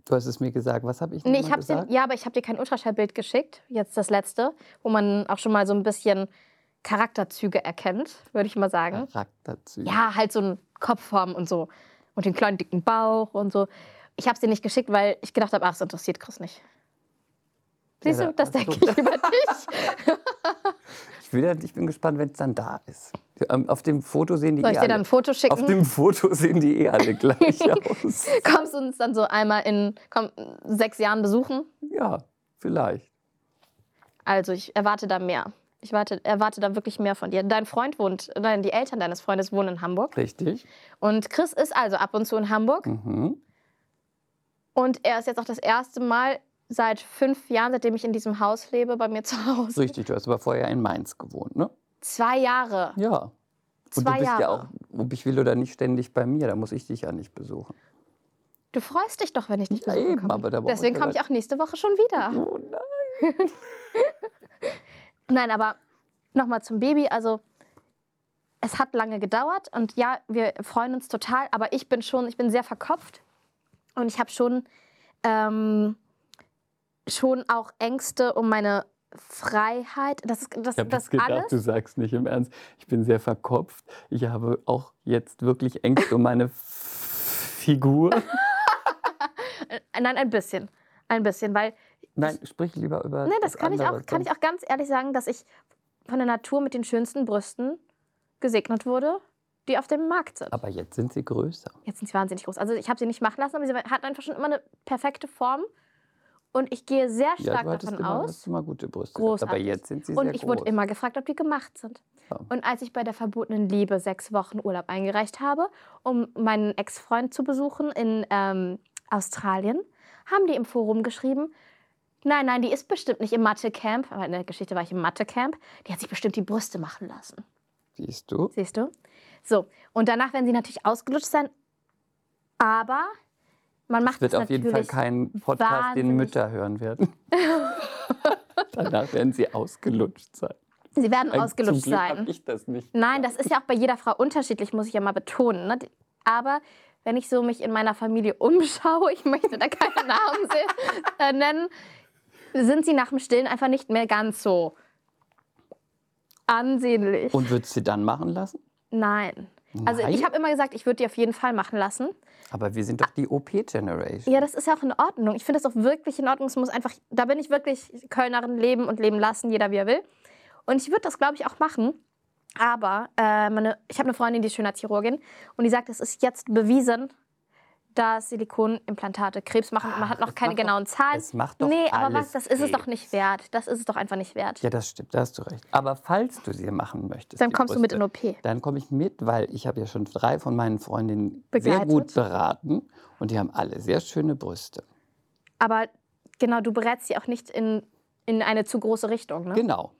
Speaker 2: du hast es mir gesagt. Was habe ich
Speaker 3: Nee,
Speaker 2: nee,
Speaker 3: ich hab's dir,
Speaker 2: gesagt?
Speaker 3: ja, aber ich habe dir kein Ultraschallbild geschickt, jetzt das letzte, wo man auch schon mal so ein bisschen Charakterzüge erkennt, würde ich mal sagen.
Speaker 2: Charakterzüge.
Speaker 3: ja, halt so eine Kopfform und so. Und den kleinen dicken Bauch und so. Ich habe es dir nicht geschickt, weil ich gedacht habe, ach, es interessiert Chris nicht. Siehst
Speaker 2: Ja,
Speaker 3: du,
Speaker 2: da-
Speaker 3: das
Speaker 2: ach so.
Speaker 3: denke ich über dich.
Speaker 2: Ich, will, ja- ich bin gespannt, wenn es dann da ist. Ähm, Auf dem Foto sehen die
Speaker 3: Soll
Speaker 2: eh
Speaker 3: ich dir dann
Speaker 2: alle.
Speaker 3: ein Foto
Speaker 2: Auf
Speaker 3: schicken?
Speaker 2: dem Foto sehen die eh alle gleich aus.
Speaker 3: Kommst du uns dann so einmal in komm, sechs Jahren besuchen?
Speaker 2: Ja, vielleicht.
Speaker 3: Also, ich erwarte da mehr. Ich warte, erwarte da wirklich mehr von dir. Dein Freund wohnt, nein, die Eltern deines Freundes wohnen in Hamburg.
Speaker 2: Richtig.
Speaker 3: Und Chris ist also ab und zu in Hamburg.
Speaker 2: Mhm.
Speaker 3: Und er ist jetzt auch das erste Mal seit fünf Jahren, seitdem ich in diesem Haus lebe, bei mir zu Hause.
Speaker 2: Richtig, du hast aber vorher in Mainz gewohnt, ne?
Speaker 3: Zwei Jahre.
Speaker 2: Ja. Und
Speaker 3: Zwei
Speaker 2: du bist
Speaker 3: Jahre.
Speaker 2: ja auch, ob ich will oder nicht, ständig bei mir. Da muss ich dich ja nicht besuchen.
Speaker 3: Du freust dich doch, wenn ich dich
Speaker 2: Ja,
Speaker 3: besuchen
Speaker 2: eben,
Speaker 3: komme.
Speaker 2: aber da brauche ich
Speaker 3: Deswegen
Speaker 2: ja
Speaker 3: komme ich
Speaker 2: dann-
Speaker 3: auch nächste Woche schon wieder.
Speaker 2: Oh nein.
Speaker 3: Nein, aber nochmal zum Baby. Also es hat lange gedauert und ja, wir freuen uns total. Aber ich bin schon, ich bin sehr verkopft und ich habe schon ähm, schon auch Ängste um meine Freiheit. Das ist das,
Speaker 2: Ich habe
Speaker 3: das
Speaker 2: jetzt gedacht,
Speaker 3: alles.
Speaker 2: du sagst nicht im Ernst. Ich bin sehr verkopft. Ich habe auch jetzt wirklich Ängste um meine Figur.
Speaker 3: Äh, Nein, ein bisschen, ein bisschen, weil
Speaker 2: Nein, sprich lieber über.
Speaker 3: Nee, Ne, das
Speaker 2: was
Speaker 3: kann ich, auch,
Speaker 2: anderes,
Speaker 3: kann ich
Speaker 2: sonst-
Speaker 3: auch ganz ehrlich sagen, dass ich von der Natur mit den schönsten Brüsten gesegnet wurde, die auf dem Markt sind.
Speaker 2: Aber jetzt sind sie größer.
Speaker 3: Jetzt sind sie wahnsinnig groß. Also ich habe sie nicht machen lassen, aber sie hat einfach schon immer eine perfekte Form. Und ich gehe sehr
Speaker 2: ja,
Speaker 3: stark
Speaker 2: du hattest
Speaker 3: davon
Speaker 2: immer,
Speaker 3: aus.
Speaker 2: hast immer gute Brüste. gehabt,
Speaker 3: Großartig.
Speaker 2: Aber jetzt sind sie sehr
Speaker 3: Und ich
Speaker 2: groß.
Speaker 3: wurde immer gefragt, ob die gemacht sind.
Speaker 2: Ja.
Speaker 3: Und als ich bei der verbotenen Liebe sechs Wochen Urlaub eingereicht habe, um meinen Ex-Freund zu besuchen in ähm, Australien, haben die im Forum geschrieben, nein, nein, die ist bestimmt nicht im Mathe-Camp, aber in der Geschichte war ich im Mathe-Camp, die hat sich bestimmt die Brüste machen lassen.
Speaker 2: Siehst du?
Speaker 3: Siehst du? So, und danach werden sie natürlich ausgelutscht sein, aber man macht
Speaker 2: Es wird
Speaker 3: es
Speaker 2: auf jeden Fall
Speaker 3: natürlich-
Speaker 2: kein Podcast, den
Speaker 3: wahnsinnig-
Speaker 2: Mütter hören werden. Danach werden sie ausgelutscht sein.
Speaker 3: Sie werden
Speaker 2: Ein-
Speaker 3: ausgelutscht
Speaker 2: Zum Glück
Speaker 3: sein.
Speaker 2: Hab ich das nicht.
Speaker 3: Nein, das ist ja auch bei jeder Frau unterschiedlich, muss ich ja mal betonen. Ne? Aber wenn ich so mich in meiner Familie umschaue, ich möchte da keine Namen se- äh, nennen, sind sie nach dem Stillen einfach nicht mehr ganz so ansehnlich.
Speaker 2: Und würdest du sie dann machen lassen?
Speaker 3: Nein. Also
Speaker 2: Nein?
Speaker 3: ich habe immer gesagt, ich würde die auf jeden Fall machen lassen.
Speaker 2: Aber wir sind doch die OP-Generation.
Speaker 3: Ja, das ist ja auch in Ordnung. Ich finde das auch wirklich in Ordnung. Es muss einfach, da bin ich wirklich Kölnerin leben und leben lassen, jeder wie er will. Und ich würde das, glaube ich, auch machen. Aber äh, meine, ich habe eine Freundin, die ist Schönheitschirurgin und die sagt, es ist jetzt bewiesen, dass Silikonimplantate Krebs machen und man hat
Speaker 2: Ach,
Speaker 3: noch
Speaker 2: es
Speaker 3: keine
Speaker 2: macht doch-
Speaker 3: genauen Zahlen.
Speaker 2: es macht doch
Speaker 3: nee, aber
Speaker 2: alles
Speaker 3: was, das ist es doch
Speaker 2: Krebs.
Speaker 3: nicht wert. Das ist es doch einfach nicht wert.
Speaker 2: Ja, das stimmt, da hast du recht. Aber falls du sie machen möchtest,
Speaker 3: Dann
Speaker 2: die
Speaker 3: kommst du mit in
Speaker 2: Brüste,
Speaker 3: OP.
Speaker 2: Dann komme ich mit, weil ich habe ja schon drei von meinen Freundinnen sehr
Speaker 3: Begleitet.
Speaker 2: gut beraten und die haben alle sehr schöne Brüste.
Speaker 3: Aber genau, du berätst sie auch nicht in, in eine zu große Richtung. Ne?
Speaker 2: Genau.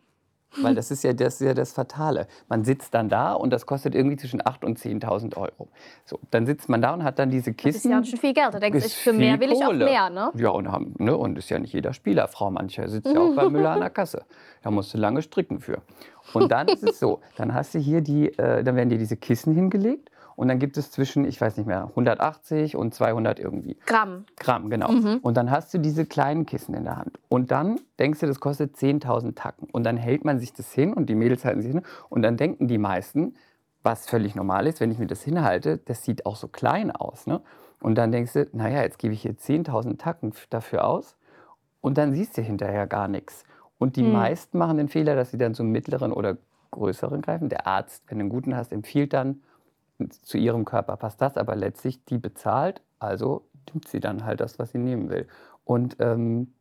Speaker 2: Weil das ist, ja, das ist ja das Fatale. Man sitzt dann da und das kostet irgendwie zwischen 8.000 und 10.000 Euro. So, dann sitzt man da und hat dann diese Kissen.
Speaker 3: Das ist ja auch schon viel Geld. Da denkst du,
Speaker 2: Ist
Speaker 3: für mehr
Speaker 2: viel
Speaker 3: will ich auch
Speaker 2: Kohle.
Speaker 3: mehr, ne?
Speaker 2: Ja, und, haben, ne, und ist ja nicht jeder Spielerfrau. Mancher sitzt ja auch bei Müller an der Kasse. Da musst du lange stricken für. Und dann ist es so, dann hast du hier die, äh, dann werden dir diese Kissen hingelegt und dann gibt es zwischen, ich weiß nicht mehr, 180 und 200 irgendwie.
Speaker 3: Gramm.
Speaker 2: Gramm, genau. Und dann hast du diese kleinen Kissen in der Hand. Und dann denkst du, das kostet 10.000 Tacken. Und dann hält man sich das hin und die Mädels halten sich hin. Und dann denken die meisten, was völlig normal ist, wenn ich mir das hinhalte, das sieht auch so klein aus. Ne? Und dann denkst du, naja, jetzt gebe ich hier 10.000 Tacken f- dafür aus. Und dann siehst du hinterher gar nichts. Und die
Speaker 3: Hm.
Speaker 2: meisten machen den Fehler, dass sie dann zum mittleren oder größeren greifen. Der Arzt, wenn du einen guten hast, empfiehlt dann, zu ihrem Körper passt das, aber letztlich die bezahlt, also nimmt sie dann halt das, was sie nehmen will. Und ähm,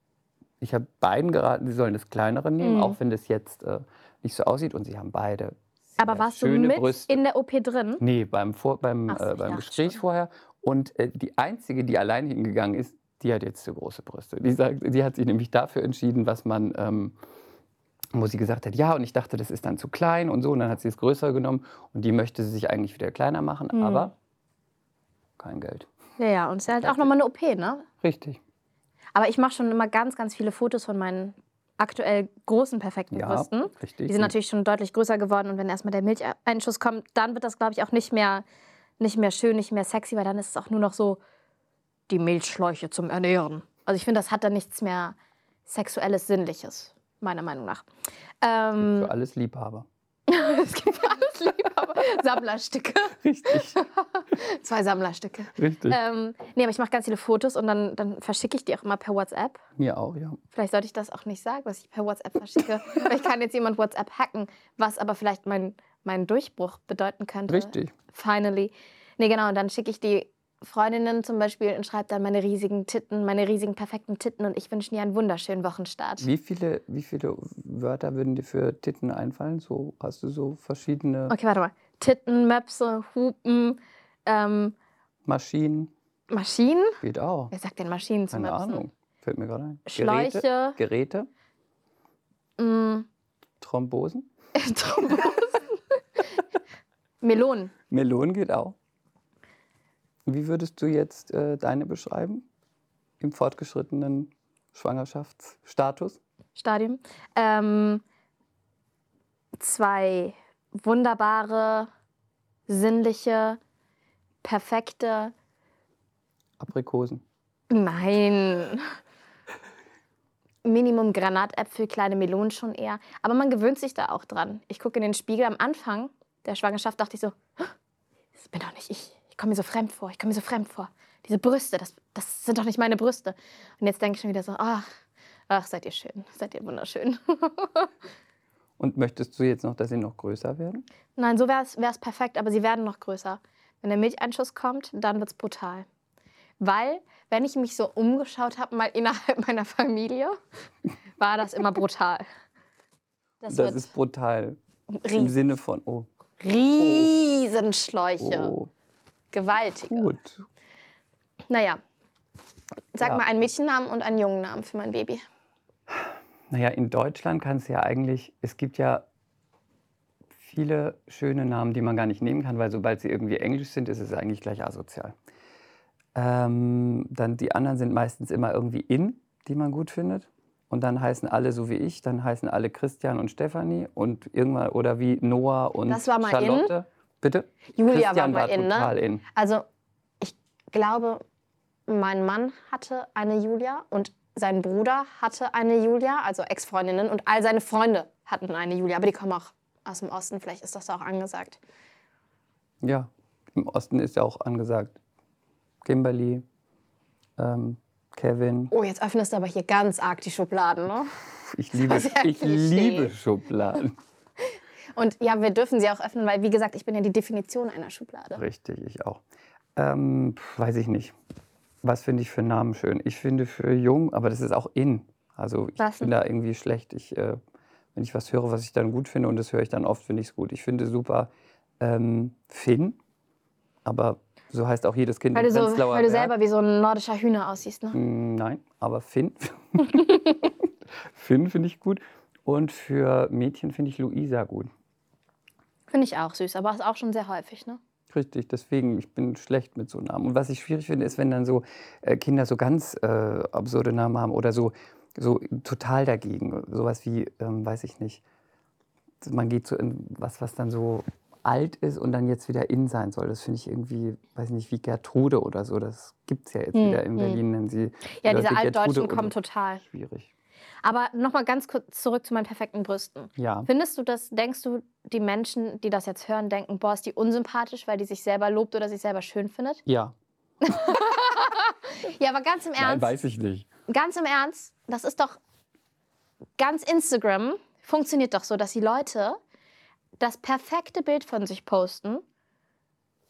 Speaker 2: ich habe beiden geraten, sie sollen das kleinere nehmen,
Speaker 3: Mhm.
Speaker 2: auch wenn das jetzt äh, nicht so aussieht. Und sie haben beide sehr
Speaker 3: Aber warst du
Speaker 2: schöne
Speaker 3: mit
Speaker 2: Brüste.
Speaker 3: in der OP drin?
Speaker 2: Nee, beim, Vor beim,
Speaker 3: Ach so,
Speaker 2: äh,
Speaker 3: ich
Speaker 2: beim
Speaker 3: dachte
Speaker 2: Gespräch
Speaker 3: schon.
Speaker 2: vorher. Und äh, die einzige, die allein hingegangen ist, die hat jetzt zu große Brüste. Die, sagt, die hat sich nämlich dafür entschieden, was man, ähm, wo sie gesagt hat, ja, und ich dachte, das ist dann zu klein und so. Und dann hat sie es größer genommen und die möchte sie sich eigentlich wieder kleiner machen,
Speaker 3: Mhm.
Speaker 2: aber kein Geld.
Speaker 3: Ja, ja. Und es ist halt auch nochmal eine OP, ne?
Speaker 2: Richtig.
Speaker 3: Aber ich mache schon immer ganz, ganz viele Fotos von meinen aktuell großen, perfekten
Speaker 2: Ja,
Speaker 3: Brüsten.
Speaker 2: richtig.
Speaker 3: Die sind natürlich schon deutlich größer geworden und wenn erstmal der Milcheinschuss kommt, dann wird das, glaube ich, auch nicht mehr, nicht mehr schön, nicht mehr sexy, weil dann ist es auch nur noch so die Milchschläuche zum Ernähren. Also ich finde, das hat dann nichts mehr sexuelles, sinnliches, meiner Meinung nach. Ähm,
Speaker 2: Für alles Liebhaber.
Speaker 3: es gibt für alles Liebhaber. Sammlerstücke.
Speaker 2: Richtig,
Speaker 3: Zwei Sammlerstücke.
Speaker 2: richtig.
Speaker 3: Ähm, nee, aber ich mache ganz viele Fotos und dann, dann verschicke ich die auch immer per WhatsApp.
Speaker 2: Mir auch, ja.
Speaker 3: Vielleicht sollte ich das auch nicht sagen, was ich per WhatsApp verschicke. vielleicht kann jetzt jemand WhatsApp hacken, was aber vielleicht mein, mein Durchbruch bedeuten könnte.
Speaker 2: Richtig.
Speaker 3: Finally. Nee, genau. Und dann schicke ich die Freundinnen zum Beispiel und schreibe dann meine riesigen Titten, meine riesigen perfekten Titten und ich wünsche dir einen wunderschönen Wochenstart.
Speaker 2: Wie viele, wie viele Wörter würden dir für Titten einfallen? So hast du so verschiedene
Speaker 3: Okay, warte mal. Titten, Möpse, Hupen, ähm,
Speaker 2: Maschinen?
Speaker 3: Maschinen?
Speaker 2: Geht auch.
Speaker 3: Wer sagt denn Maschinen zu
Speaker 2: Keine
Speaker 3: Möpsen?
Speaker 2: Ahnung. Fällt mir gerade ein. Geräte,
Speaker 3: Schläuche, mm,
Speaker 2: Geräte,
Speaker 3: mh,
Speaker 2: Thrombosen.
Speaker 3: Thrombosen. Melonen.
Speaker 2: Melonen geht auch. Wie würdest du jetzt äh, deine beschreiben? Im fortgeschrittenen Schwangerschaftsstatus?
Speaker 3: Stadium. Ähm, zwei wunderbare, sinnliche, perfekte.
Speaker 2: Aprikosen.
Speaker 3: Nein. Minimum Granatäpfel, kleine Melonen schon eher. Aber man gewöhnt sich da auch dran. Ich gucke in den Spiegel am Anfang der Schwangerschaft, dachte ich so, "Hä? das bin doch nicht ich. Ich komme mir so fremd vor. Ich komme mir so fremd vor. Diese Brüste, das, das sind doch nicht meine Brüste. Und jetzt denke ich schon wieder so, ach, ach, seid ihr schön. Seid ihr wunderschön.
Speaker 2: Und möchtest du jetzt noch, dass sie noch größer werden?
Speaker 3: Nein, so wäre es perfekt, aber sie werden noch größer. Wenn der Milcheinschuss kommt, dann wird es brutal. Weil, wenn ich mich so umgeschaut habe, mal innerhalb meiner Familie, war das immer brutal. Das,
Speaker 2: Das,
Speaker 3: wird
Speaker 2: ist brutal. Im
Speaker 3: ries
Speaker 2: Sinne von, oh,
Speaker 3: Riesenschläuche.
Speaker 2: oh,
Speaker 3: Gewaltige.
Speaker 2: gut.
Speaker 3: Naja, sag
Speaker 2: Ja.
Speaker 3: mal einen Mädchennamen und einen Jungennamen für mein Baby.
Speaker 2: Naja, in Deutschland kannst du ja eigentlich, es gibt ja viele schöne Namen, die man gar nicht nehmen kann, weil sobald sie irgendwie englisch sind, ist es eigentlich gleich asozial. Ähm, dann die anderen sind meistens immer irgendwie in, die man gut findet. Und dann heißen alle so wie ich, dann heißen alle Christian und Stefanie und irgendwann oder wie Noah und
Speaker 3: Das war mal in?
Speaker 2: Charlotte. Bitte?
Speaker 3: Julia
Speaker 2: Christian
Speaker 3: war mal in, ne?
Speaker 2: total in.
Speaker 3: Also, ich glaube, mein Mann hatte eine Julia und sein Bruder hatte eine Julia, also Ex-Freundinnen, und all seine Freunde hatten eine Julia, aber die kommen auch aus dem Osten, vielleicht ist das da auch angesagt.
Speaker 2: Ja, im Osten ist ja auch angesagt. Kimberly, ähm, Kevin.
Speaker 3: Oh, jetzt öffnest du aber hier ganz arg die Schubladen, ne?
Speaker 2: Ich liebe,
Speaker 3: Das war sehr
Speaker 2: ich
Speaker 3: Klischee.
Speaker 2: liebe Schubladen.
Speaker 3: Und ja, wir dürfen sie auch öffnen, weil, wie gesagt, ich bin ja die Definition einer Schublade.
Speaker 2: Richtig, ich auch. Ähm, pf, weiß ich nicht. Was finde ich für Namen schön? Ich finde für jung, aber das ist auch in. Also ich
Speaker 3: Was
Speaker 2: bin da irgendwie schlecht. Ich, äh, wenn ich was höre, was ich dann gut finde, und das höre ich dann oft, finde ich es gut. Ich finde super ähm, Finn, aber so heißt auch jedes Kind
Speaker 3: Weil du,
Speaker 2: im
Speaker 3: so,
Speaker 2: Prenzlauer
Speaker 3: weil du
Speaker 2: Berg.
Speaker 3: selber wie so ein nordischer Hühner aussiehst, ne?
Speaker 2: Mm, Nein, aber Finn. Finn finde ich gut. Und für Mädchen finde ich Luisa gut.
Speaker 3: Finde ich auch süß, aber ist auch schon sehr häufig, ne?
Speaker 2: Richtig, deswegen, ich bin schlecht mit so Namen. Und was ich schwierig finde, ist, wenn dann so äh, Kinder so ganz äh, absurde Namen haben oder so, so total dagegen. Sowas wie, ähm, weiß ich nicht, man geht so in was, was dann so alt ist und dann jetzt wieder in sein soll. Das finde ich irgendwie, weiß ich nicht, wie Gertrude oder so. Das gibt es ja jetzt
Speaker 3: Hm,
Speaker 2: wieder in
Speaker 3: hm.
Speaker 2: Berlin, nennen sie
Speaker 3: Ja,
Speaker 2: Leute
Speaker 3: diese
Speaker 2: Gertrude
Speaker 3: Altdeutschen
Speaker 2: oder-
Speaker 3: kommen total.
Speaker 2: schwierig.
Speaker 3: Aber nochmal ganz kurz zurück zu meinen perfekten Brüsten.
Speaker 2: Ja.
Speaker 3: Findest du das, denkst du, die Menschen, die das jetzt hören, denken, boah, ist die unsympathisch, weil die sich selber lobt oder sich selber schön findet?
Speaker 2: Ja.
Speaker 3: Ja, aber ganz im
Speaker 2: Nein,
Speaker 3: Ernst,
Speaker 2: weiß ich nicht.
Speaker 3: ganz im Ernst, das ist doch ganz Instagram funktioniert doch so, dass die Leute das perfekte Bild von sich posten,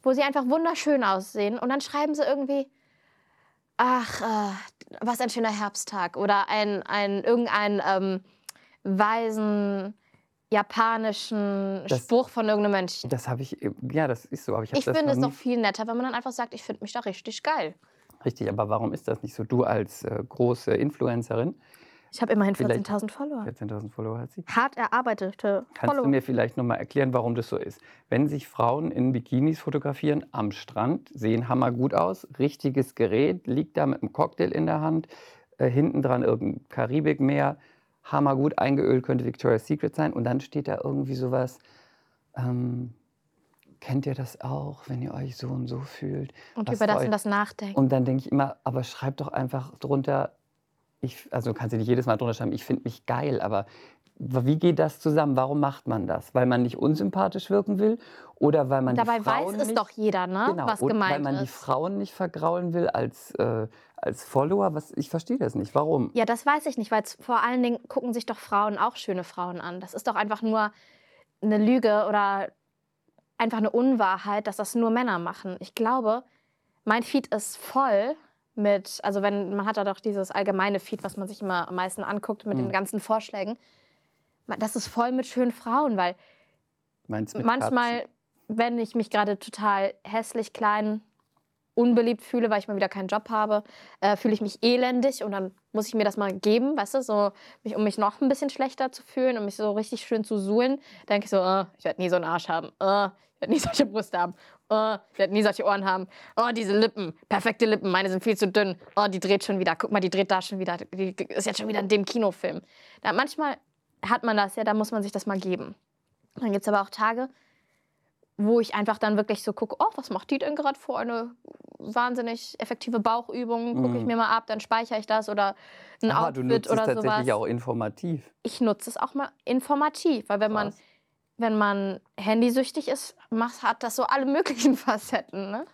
Speaker 3: wo sie einfach wunderschön aussehen und dann schreiben sie irgendwie ach, äh, was ein schöner Herbsttag oder ein, ein irgendein ähm, weisen japanischen
Speaker 2: Das-
Speaker 3: Spruch von irgendeinem Mönch.
Speaker 2: Das habe ich, ja, das ist so. Aber ich habe
Speaker 3: Ich
Speaker 2: das
Speaker 3: finde es
Speaker 2: noch
Speaker 3: doch
Speaker 2: nie
Speaker 3: viel netter, wenn man dann einfach sagt, ich finde mich da richtig geil.
Speaker 2: Richtig, aber warum ist das nicht so? Du als äh, große Influencerin,
Speaker 3: Ich habe immerhin
Speaker 2: Vielleicht-
Speaker 3: 14.000 Follower.
Speaker 2: 14.000 Follower hat sie,
Speaker 3: Hart erarbeitete
Speaker 2: kannst
Speaker 3: Ah. Follower.
Speaker 2: du mir vielleicht nochmal erklären, warum das so ist? Wenn sich Frauen in Bikinis fotografieren am Strand, sehen hammergut aus, richtiges Gerät, liegt da mit einem Cocktail in der Hand, äh, hinten dran irgendein Karibikmeer, hammergut eingeölt, könnte Victoria's Secret sein und dann steht da irgendwie sowas, ähm, kennt ihr das auch, wenn ihr euch so und so fühlt?
Speaker 3: Und
Speaker 2: Was
Speaker 3: über das
Speaker 2: soll-
Speaker 3: und das nachdenken.
Speaker 2: Und dann denke ich immer, aber schreib doch einfach drunter, ich, also kannst du nicht jedes Mal drunter schreiben, ich finde mich geil, aber w- wie geht das zusammen? Warum macht man das? Weil man nicht unsympathisch wirken will oder weil man
Speaker 3: Dabei
Speaker 2: die Frauen
Speaker 3: weiß es
Speaker 2: nicht,
Speaker 3: doch jeder, ne?
Speaker 2: genau,
Speaker 3: was
Speaker 2: und weil
Speaker 3: gemeint
Speaker 2: man die
Speaker 3: ist.
Speaker 2: Frauen nicht vergraulen will als, äh, als Follower? Was, ich verstehe das nicht. Warum?
Speaker 3: Ja, das weiß ich nicht, weil z- vor allen Dingen gucken sich doch Frauen auch schöne Frauen an. Das ist doch einfach nur eine Lüge oder einfach eine Unwahrheit, dass das nur Männer machen. Ich glaube, mein Feed ist voll mit, also wenn man hat da doch dieses allgemeine Feed, was man sich immer am meisten anguckt mit den
Speaker 2: Mhm.
Speaker 3: ganzen Vorschlägen. Ma- Das ist voll mit schönen Frauen, weil
Speaker 2: Meinst du mit
Speaker 3: manchmal, wenn ich mich gerade total hässlich, klein, unbeliebt fühle, weil ich mal wieder keinen Job habe, äh, fühle ich mich elendig und dann muss ich mir das mal geben, weißt du, so, mich, um mich noch ein bisschen schlechter zu fühlen, um mich so richtig schön zu suhlen, denke ich so, äh, ich werde nie so einen Arsch haben, äh, ich werde nie solche Brüste haben, äh, ich werde nie solche Ohren haben, oh, diese Lippen, perfekte Lippen, meine sind viel zu dünn, oh, die dreht schon wieder, guck mal, die dreht da schon wieder, die ist jetzt schon wieder in dem Kinofilm. Da, manchmal hat man das ja, da muss man sich das mal geben. Dann gibt es aber auch Tage, wo ich einfach dann wirklich so gucke, oh, was macht die denn gerade für eine wahnsinnig effektive Bauchübung? Gucke ich
Speaker 2: Mhm.
Speaker 3: mir mal ab, dann speichere ich das oder ein
Speaker 2: Ah,
Speaker 3: Outfit
Speaker 2: du nutzt es
Speaker 3: oder
Speaker 2: tatsächlich
Speaker 3: sowas.
Speaker 2: auch informativ.
Speaker 3: Ich nutze es auch mal informativ, weil wenn man,
Speaker 2: Krass.
Speaker 3: wenn man handysüchtig ist, macht, hat das so alle möglichen Facetten. Ne?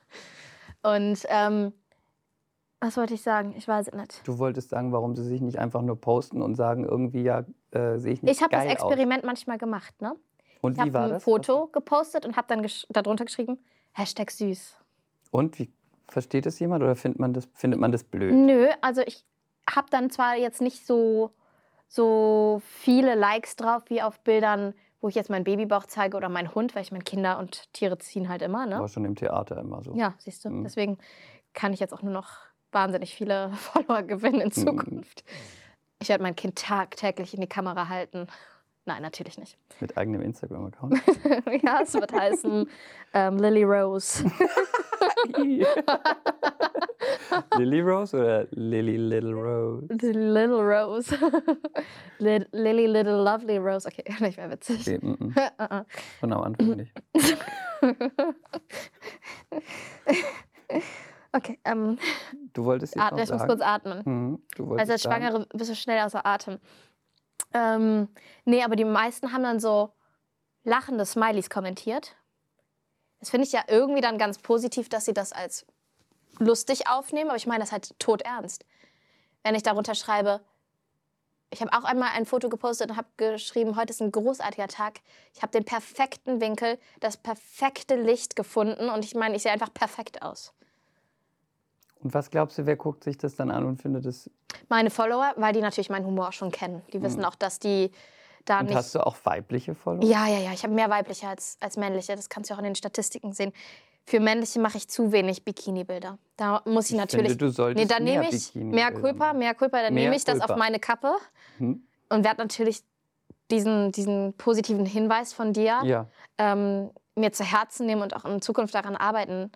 Speaker 3: Und ähm, was wollte ich sagen? Ich weiß es nicht.
Speaker 2: Du wolltest sagen, warum sie sich nicht einfach nur posten und sagen, irgendwie ja, äh, sehe ich nicht
Speaker 3: Ich habe das
Speaker 2: geil
Speaker 3: Experiment manchmal gemacht. Ne?
Speaker 2: aus. Und
Speaker 3: Ich
Speaker 2: wie
Speaker 3: habe
Speaker 2: war
Speaker 3: ein
Speaker 2: das?
Speaker 3: Foto gepostet und habe dann gesch- darunter geschrieben, Hashtag süß.
Speaker 2: Und wie versteht es jemand oder findet man das, findet man das blöd?
Speaker 3: Nö, also ich habe dann zwar jetzt nicht so, so viele Likes drauf wie auf Bildern, wo ich jetzt meinen Babybauch zeige oder meinen Hund, weil ich meine Kinder und Tiere ziehen halt immer, ne?
Speaker 2: War schon im Theater immer so.
Speaker 3: Ja, siehst du.
Speaker 2: Mhm.
Speaker 3: Deswegen kann ich jetzt auch nur noch wahnsinnig viele Follower gewinnen
Speaker 2: Mhm.
Speaker 3: in Zukunft. Ich werde mein Kind tagtäglich in die Kamera halten. Nein, natürlich nicht.
Speaker 2: Mit eigenem Instagram-Account.
Speaker 3: ja, es wird heißen ähm, Lily Rose.
Speaker 2: Lily Rose oder Lily Little Rose?
Speaker 3: The Little Rose. Li- Lily Little Lovely Rose. Okay, nicht mehr witzig. äh,
Speaker 2: Nee, mm, mm.
Speaker 3: Uh-uh.
Speaker 2: Von am Anfang nicht.
Speaker 3: äh. Okay, ähm,
Speaker 2: Du wolltest jetzt
Speaker 3: atme,
Speaker 2: noch
Speaker 3: ich Ah, muss
Speaker 2: sagen.
Speaker 3: kurz atmen.
Speaker 2: Mhm, du wolltest
Speaker 3: Also als
Speaker 2: sagen,
Speaker 3: Schwangere bist du schnell außer Atem. Ähm, nee, aber die meisten haben dann so lachende Smileys kommentiert. Das finde ich ja irgendwie dann ganz positiv, dass sie das als lustig aufnehmen, aber ich meine das halt tot ernst. Wenn ich darunter schreibe, ich habe auch einmal ein Foto gepostet und habe geschrieben, heute ist ein großartiger Tag. Ich habe den perfekten Winkel, das perfekte Licht gefunden und ich meine, ich sehe einfach perfekt aus.
Speaker 2: Und was glaubst du, wer guckt sich das dann an und findet es?
Speaker 3: meine Follower, weil die natürlich meinen Humor schon kennen. Die wissen auch, dass die da
Speaker 2: Mhm. Und
Speaker 3: nicht.
Speaker 2: hast du auch weibliche Follower?
Speaker 3: ja, ja, ja. Ich habe mehr weibliche als, als männliche. Das kannst du auch in den Statistiken sehen. Für männliche mache ich zu wenig Bikini-Bilder. Da muss ich,
Speaker 2: Ich
Speaker 3: natürlich.
Speaker 2: finde, du solltest
Speaker 3: nee, dann
Speaker 2: mehr
Speaker 3: nehme ich
Speaker 2: Bikini-Bilder
Speaker 3: mehr Culpa,
Speaker 2: machen.
Speaker 3: mehr Culpa, dann
Speaker 2: Mehr
Speaker 3: nehme ich das auf
Speaker 2: Culpa.
Speaker 3: meine Kappe
Speaker 2: Hm?
Speaker 3: und werde natürlich diesen, diesen positiven Hinweis von dir
Speaker 2: Ja,
Speaker 3: ähm, mir zu Herzen nehmen und auch in Zukunft daran arbeiten,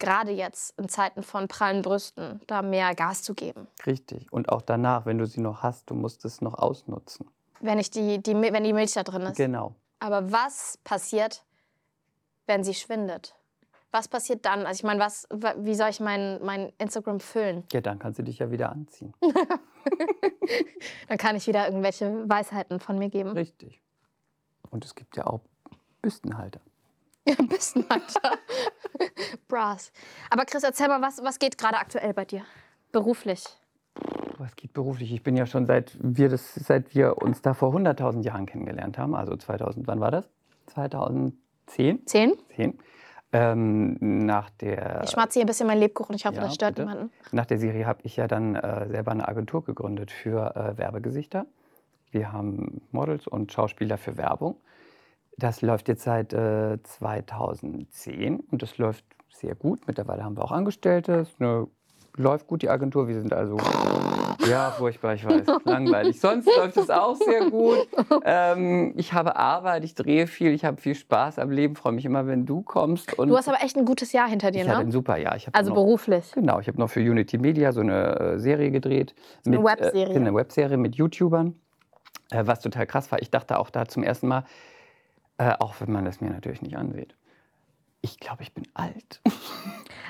Speaker 3: gerade jetzt in Zeiten von prallen Brüsten, da mehr Gas zu geben.
Speaker 2: richtig. Und auch danach, wenn du sie noch hast, du musst es noch ausnutzen.
Speaker 3: Wenn, ich die, die, Mi- wenn die Milch da drin ist.
Speaker 2: Genau.
Speaker 3: Aber was passiert, wenn sie schwindet? Was passiert dann? Also ich meine, was, wa- wie soll ich mein, mein Instagram füllen?
Speaker 2: Ja, dann kannst du dich ja wieder anziehen.
Speaker 3: Dann kann ich wieder irgendwelche Weisheiten von mir geben.
Speaker 2: Richtig. Und es gibt ja auch Büstenhalter.
Speaker 3: Ja, bist Alter. Bras. Aber Chris, erzähl mal, was, was geht gerade aktuell bei dir? Beruflich.
Speaker 2: Was geht beruflich? Ich bin ja schon seit wir, das, seit wir uns da vor 100.000 Jahren kennengelernt haben, also 2000, wann war das? 2010?
Speaker 3: Zehn?
Speaker 2: 10? Ähm, nach der
Speaker 3: Ich schmatze hier ein bisschen meinen Lebkuchen. Ich hoffe,
Speaker 2: Äh, Ja,
Speaker 3: das stört
Speaker 2: bitte.
Speaker 3: niemanden.
Speaker 2: Nach der Serie habe ich ja dann äh, selber eine Agentur gegründet für äh, Werbegesichter. Wir haben Models und Schauspieler für Werbung. Das läuft jetzt seit äh, 2010 und das läuft sehr gut. Mittlerweile haben wir auch Angestellte. Es ist eine, läuft gut die Agentur. Wir sind also ja furchtbar, ich weiß, langweilig. Sonst läuft es auch sehr gut. Ähm, ich habe Arbeit, ich drehe viel, ich habe viel Spaß am Leben. Freue mich immer, wenn du kommst. Und
Speaker 3: Du hast aber echt ein gutes Jahr hinter dir,
Speaker 2: ich hatte ein
Speaker 3: ne?
Speaker 2: super Jahr. Ich habe
Speaker 3: Also
Speaker 2: noch-
Speaker 3: beruflich.
Speaker 2: Genau, ich habe noch für Unity Media so eine äh, Serie gedreht.
Speaker 3: Eine
Speaker 2: mit, äh,
Speaker 3: Webserie.
Speaker 2: Eine Webserie mit YouTubern, äh, was total krass war. Ich dachte auch da zum ersten Mal, äh, auch wenn man das mir natürlich nicht ansieht, ich glaube, ich bin alt.
Speaker 3: Oh,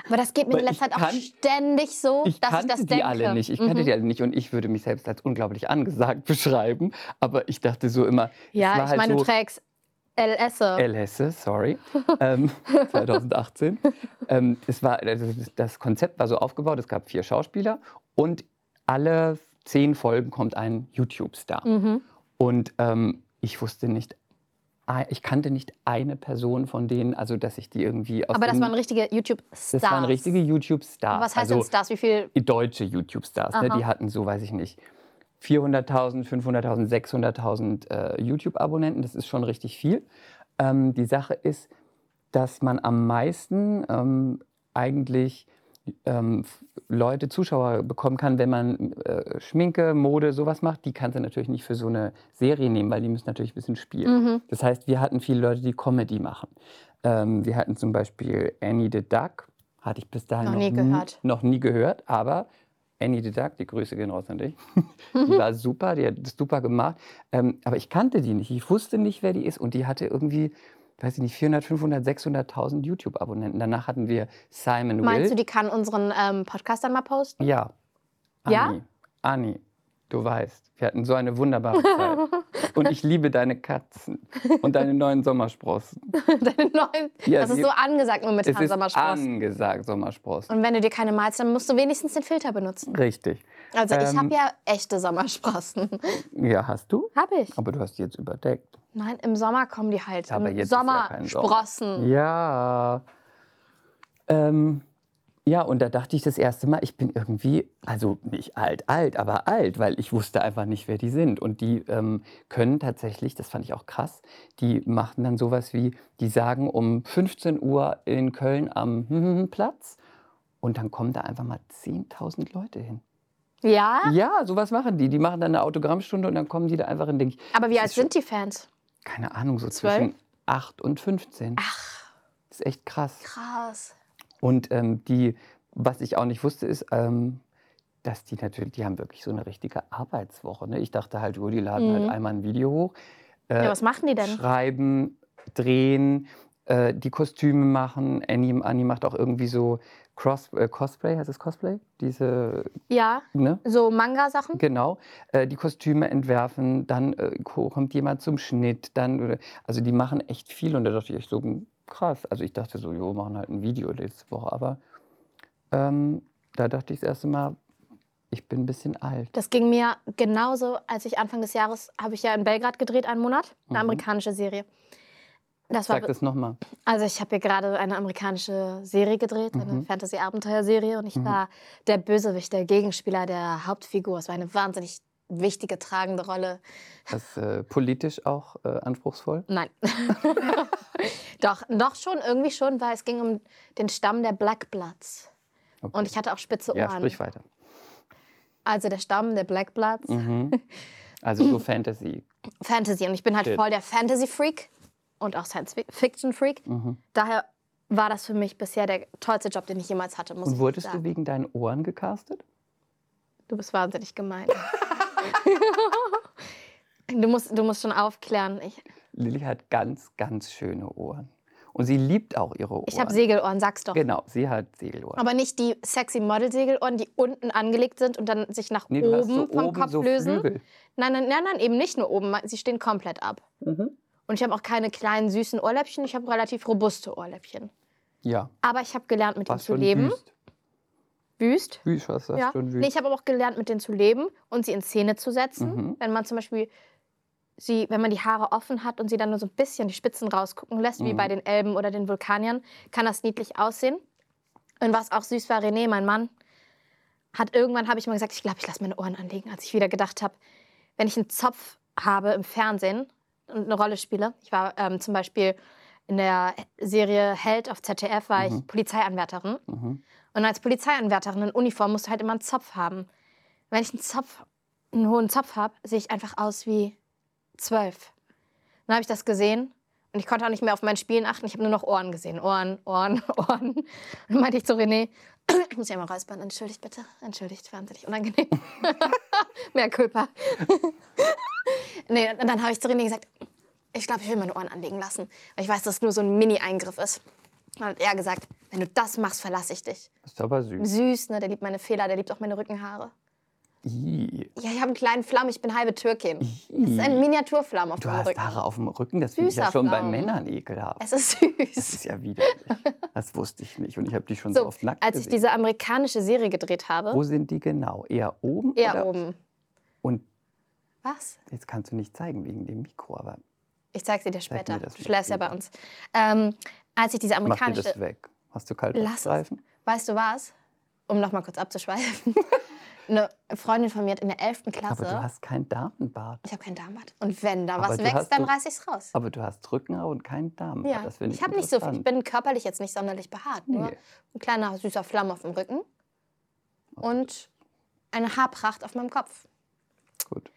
Speaker 3: Aber das geht mir in
Speaker 2: Weil ich
Speaker 3: letzter Zeit auch
Speaker 2: kann-
Speaker 3: ständig so,
Speaker 2: Ich
Speaker 3: dass ich
Speaker 2: kannte
Speaker 3: das denke. Mhm.
Speaker 2: die alle nicht. Ich kannte die alle nicht und ich würde mich selbst als unglaublich angesagt beschreiben. Aber ich dachte so immer, es
Speaker 3: Ja,
Speaker 2: war
Speaker 3: ich
Speaker 2: halt
Speaker 3: meine,
Speaker 2: so,
Speaker 3: du trägst E. LS.
Speaker 2: Elhesse, sorry, ähm, 2018. ähm, es war, also das Konzept war so aufgebaut, es gab vier Schauspieler und alle zehn Folgen kommt ein YouTube-Star.
Speaker 3: Mhm.
Speaker 2: Und ähm, ich wusste nicht, ei- ich kannte nicht eine Person von denen, also dass ich die irgendwie aus
Speaker 3: Aber das
Speaker 2: dem,
Speaker 3: waren richtige YouTube-Stars.
Speaker 2: das waren richtige YouTube-Stars.
Speaker 3: Was heißt
Speaker 2: also,
Speaker 3: denn Stars? Wie viel?
Speaker 2: deutsche YouTube-Stars, ne?
Speaker 3: Aha.
Speaker 2: die hatten so, weiß ich nicht, 400.000, 500.000, 600.000 äh, YouTube-Abonnenten. Das ist schon richtig viel. Ähm, die Sache ist, dass man am meisten ähm, eigentlich ähm, f- Leute, Zuschauer bekommen kann, wenn man äh, Schminke, Mode, sowas macht. Die kannst du natürlich nicht für so eine Serie nehmen, weil die müssen natürlich ein bisschen spielen.
Speaker 3: Mhm.
Speaker 2: Das heißt, wir hatten viele Leute, die Comedy machen. Ähm, wir hatten zum Beispiel Annie the Duck, hatte ich bis dahin
Speaker 3: Noch
Speaker 2: noch,
Speaker 3: nie gehört.
Speaker 2: noch nie gehört, aber Annie the Duck, die Grüße gehen raus an dich.
Speaker 3: Mhm.
Speaker 2: Die war super, die hat das super gemacht. Ähm, aber ich kannte die nicht, ich wusste nicht, wer die ist und die hatte irgendwie, weiß ich nicht, 400, 500, 600.000 YouTube-Abonnenten. Danach hatten wir Simon
Speaker 3: Meinst du,
Speaker 2: Will.
Speaker 3: die kann unseren ähm, Podcast dann mal posten?
Speaker 2: ja.
Speaker 3: Ja?
Speaker 2: Anni, Anni, du weißt, wir hatten so eine wunderbare Zeit. und ich liebe deine Katzen und deine neuen Sommersprossen.
Speaker 3: Deine neuen.
Speaker 2: Ja,
Speaker 3: das ist
Speaker 2: sie-
Speaker 3: so angesagt momentan,
Speaker 2: Es ist
Speaker 3: Sommersprossen.
Speaker 2: angesagt, Sommersprossen.
Speaker 3: Und wenn du dir keine malst, dann musst du wenigstens den Filter benutzen.
Speaker 2: Richtig.
Speaker 3: Also ich
Speaker 2: Ähm.
Speaker 3: habe ja echte Sommersprossen.
Speaker 2: Ja, hast du?
Speaker 3: habe ich.
Speaker 2: Aber du hast die jetzt überdeckt.
Speaker 3: Nein, im Sommer kommen die halt.
Speaker 2: Aber
Speaker 3: Im
Speaker 2: jetzt ist ja kein Sommer.
Speaker 3: Sommersprossen.
Speaker 2: Ja. Ähm, ja, und da dachte ich das erste Mal, ich bin irgendwie, also nicht alt, alt, aber alt, weil ich wusste einfach nicht, wer die sind. Und die ähm, können tatsächlich, das fand ich auch krass, die machen dann sowas wie, die sagen um 15 Uhr in Köln am Platz und dann kommen da einfach mal 10.000 Leute hin.
Speaker 3: ja?
Speaker 2: Ja, sowas machen die. Die machen dann eine Autogrammstunde und dann kommen die da einfach hin, denke ich,
Speaker 3: Aber wie
Speaker 2: Das
Speaker 3: alt
Speaker 2: ist
Speaker 3: sind die Fans?
Speaker 2: keine Ahnung, so
Speaker 3: Zwölf?
Speaker 2: zwischen 8 und 15. Ach. Das ist echt krass.
Speaker 3: Krass.
Speaker 2: Und ähm, die, was ich auch nicht wusste, ist, ähm, dass die natürlich, die haben wirklich so eine richtige Arbeitswoche. Ne? Ich dachte halt, oh, die laden
Speaker 3: Mhm.
Speaker 2: halt einmal ein Video hoch,
Speaker 3: Ja,
Speaker 2: Äh,
Speaker 3: was machen die denn?
Speaker 2: schreiben, drehen, äh, die Kostüme machen. Annie, Annie macht auch irgendwie so Cross, äh, Cosplay, heißt es Cosplay? Diese,
Speaker 3: Ja,
Speaker 2: ne?
Speaker 3: so Manga-Sachen?
Speaker 2: Genau, äh, die Kostüme entwerfen, dann äh, ko- kommt jemand zum Schnitt, dann, äh, also die machen echt viel und da dachte ich echt so, hm, krass. Also ich dachte so, jo, machen halt ein Video letzte Woche, aber ähm, da dachte ich das erste Mal, ich bin ein bisschen alt.
Speaker 3: Das ging mir genauso, als ich Anfang des Jahres habe ich ja in Belgrad gedreht, einen Monat, eine
Speaker 2: Mhm.
Speaker 3: amerikanische Serie. Das war,
Speaker 2: Sag das nochmal.
Speaker 3: also ich habe hier gerade eine amerikanische Serie gedreht, eine
Speaker 2: Mhm.
Speaker 3: Fantasy-Abenteuerserie und ich
Speaker 2: Mhm.
Speaker 3: war der Bösewicht, der Gegenspieler, der Hauptfigur. Es war eine wahnsinnig wichtige, tragende Rolle.
Speaker 2: Das ist äh, politisch auch äh, anspruchsvoll.
Speaker 3: Nein. doch, doch schon, irgendwie schon, weil es ging um den Stamm der Black Bloods.
Speaker 2: Okay.
Speaker 3: Und ich hatte auch spitze
Speaker 2: ja,
Speaker 3: Ohren.
Speaker 2: sprich weiter.
Speaker 3: also der Stamm der Black Bloods.
Speaker 2: Mhm. Also so Fantasy.
Speaker 3: Fantasy. Und ich bin halt
Speaker 2: Shit.
Speaker 3: voll der Fantasy-Freak und auch Science-Fiction-Freak.
Speaker 2: Mhm.
Speaker 3: Daher war das für mich bisher der tollste Job, den ich jemals hatte. Muss
Speaker 2: Und wurdest
Speaker 3: ich
Speaker 2: du
Speaker 3: sagen.
Speaker 2: wegen deinen Ohren gecastet?
Speaker 3: Du bist wahnsinnig gemein. du, musst, du musst schon aufklären. Ich,
Speaker 2: Lilly hat ganz, ganz schöne Ohren. Und sie liebt auch ihre Ohren.
Speaker 3: ich habe Segelohren, sag's doch.
Speaker 2: Genau, sie hat Segelohren.
Speaker 3: Aber nicht die sexy Model-Segelohren, die unten angelegt sind und dann sich nach
Speaker 2: Nee, du hast
Speaker 3: oben
Speaker 2: so
Speaker 3: vom
Speaker 2: oben
Speaker 3: Kopf
Speaker 2: so
Speaker 3: lösen.
Speaker 2: Flügel.
Speaker 3: Nein, nein, nein, nein, eben nicht nur oben. Sie stehen komplett ab. Und ich habe auch keine kleinen, süßen Ohrläppchen. Ich habe relativ robuste Ohrläppchen.
Speaker 2: Ja,
Speaker 3: Aber ich habe gelernt, mit
Speaker 2: was
Speaker 3: denen
Speaker 2: schon
Speaker 3: zu leben.
Speaker 2: wüst.
Speaker 3: Wüst.
Speaker 2: Wüst, was sagst
Speaker 3: Ja.
Speaker 2: du? Wüst.
Speaker 3: Nee, ich habe aber auch gelernt, mit denen zu leben und sie in Szene zu setzen. Wenn man zum Beispiel sie, wenn man die Haare offen hat und sie dann nur so ein bisschen die Spitzen rausgucken lässt, wie bei den Elben oder den Vulkaniern, kann das niedlich aussehen. Und was auch süß war, René, mein Mann, hat irgendwann, habe ich mal gesagt, ich glaube, ich lasse meine Ohren anlegen, als ich wieder gedacht habe, wenn ich einen Zopf habe im Fernsehen und eine Rolle spiele. Ich war ähm, zum Beispiel in der Serie Held auf ZDF, war ich Polizeianwärterin.
Speaker 2: Mhm.
Speaker 3: Und als Polizeianwärterin in Uniform musst du halt immer einen Zopf haben. Wenn ich einen Zopf, einen hohen Zopf habe, sehe ich einfach aus wie zwölf. Dann habe ich das gesehen und ich konnte auch nicht mehr auf mein Spielen achten. Ich habe nur noch Ohren gesehen. Ohren, Ohren, Ohren. Und dann meinte ich zu René, ich muss ja mal räuspern, entschuldigt bitte. Entschuldigt, wahnsinnig unangenehm. mehr Kulpa. nee, und dann habe ich zu René gesagt, ich glaube, ich will meine Ohren anlegen lassen. Weil ich weiß, dass es nur so ein Mini-Eingriff ist. Dann hat er gesagt, wenn du das machst, verlasse ich dich.
Speaker 2: Ist aber süß.
Speaker 3: Süß, ne? Der liebt meine Fehler, der liebt auch meine Rückenhaare.
Speaker 2: Ii.
Speaker 3: Ja, ich habe einen kleinen Flamm, ich bin halbe Türkin. Das ist ein Miniaturflamm auf
Speaker 2: Du
Speaker 3: meinem
Speaker 2: hast
Speaker 3: Rücken.
Speaker 2: Haare auf dem Rücken, das finde ich ja
Speaker 3: Süßer
Speaker 2: schon bei
Speaker 3: Flaum.
Speaker 2: Männern ekelhaft.
Speaker 3: Es ist
Speaker 2: Das
Speaker 3: süß.
Speaker 2: ist ja widerlich. Das wusste ich nicht und ich habe die schon so,
Speaker 3: So,
Speaker 2: oft nackt
Speaker 3: als ich
Speaker 2: gesehen.
Speaker 3: diese amerikanische Serie gedreht habe,
Speaker 2: Wo sind die genau? Eher oben?
Speaker 3: eher
Speaker 2: oder?
Speaker 3: oben.
Speaker 2: Und
Speaker 3: Was?
Speaker 2: jetzt kannst du nicht zeigen wegen dem Mikro, aber
Speaker 3: Ich zeig sie dir
Speaker 2: Zeig
Speaker 3: später.
Speaker 2: mir das
Speaker 3: Du schläfst ja
Speaker 2: später.
Speaker 3: bei uns. Ähm, als ich diese
Speaker 2: mach dir
Speaker 3: amerikanische
Speaker 2: das weg. Hast du kalte
Speaker 3: Lass es.
Speaker 2: Streifen?
Speaker 3: Weißt du was? Um nochmal kurz abzuschweifen. Eine Freundin von mir hat in der 11.
Speaker 2: Aber du
Speaker 3: Klasse.
Speaker 2: hast kein Damenbart.
Speaker 3: Ich habe kein Darmbad. Und wenn da
Speaker 2: Aber
Speaker 3: was
Speaker 2: du
Speaker 3: wächst,
Speaker 2: hast
Speaker 3: dann
Speaker 2: doch-
Speaker 3: reiß ich's raus.
Speaker 2: Aber du hast Rückenhaar und kein Damenbart.
Speaker 3: Ja,
Speaker 2: Das finde ich
Speaker 3: ich habe nicht so viel. Ich
Speaker 2: interessant.
Speaker 3: bin körperlich jetzt nicht sonderlich behaart. Nur
Speaker 2: Nee.
Speaker 3: ein kleiner süßer Flamm auf dem Rücken und eine Haarpracht auf meinem Kopf.
Speaker 2: Gut.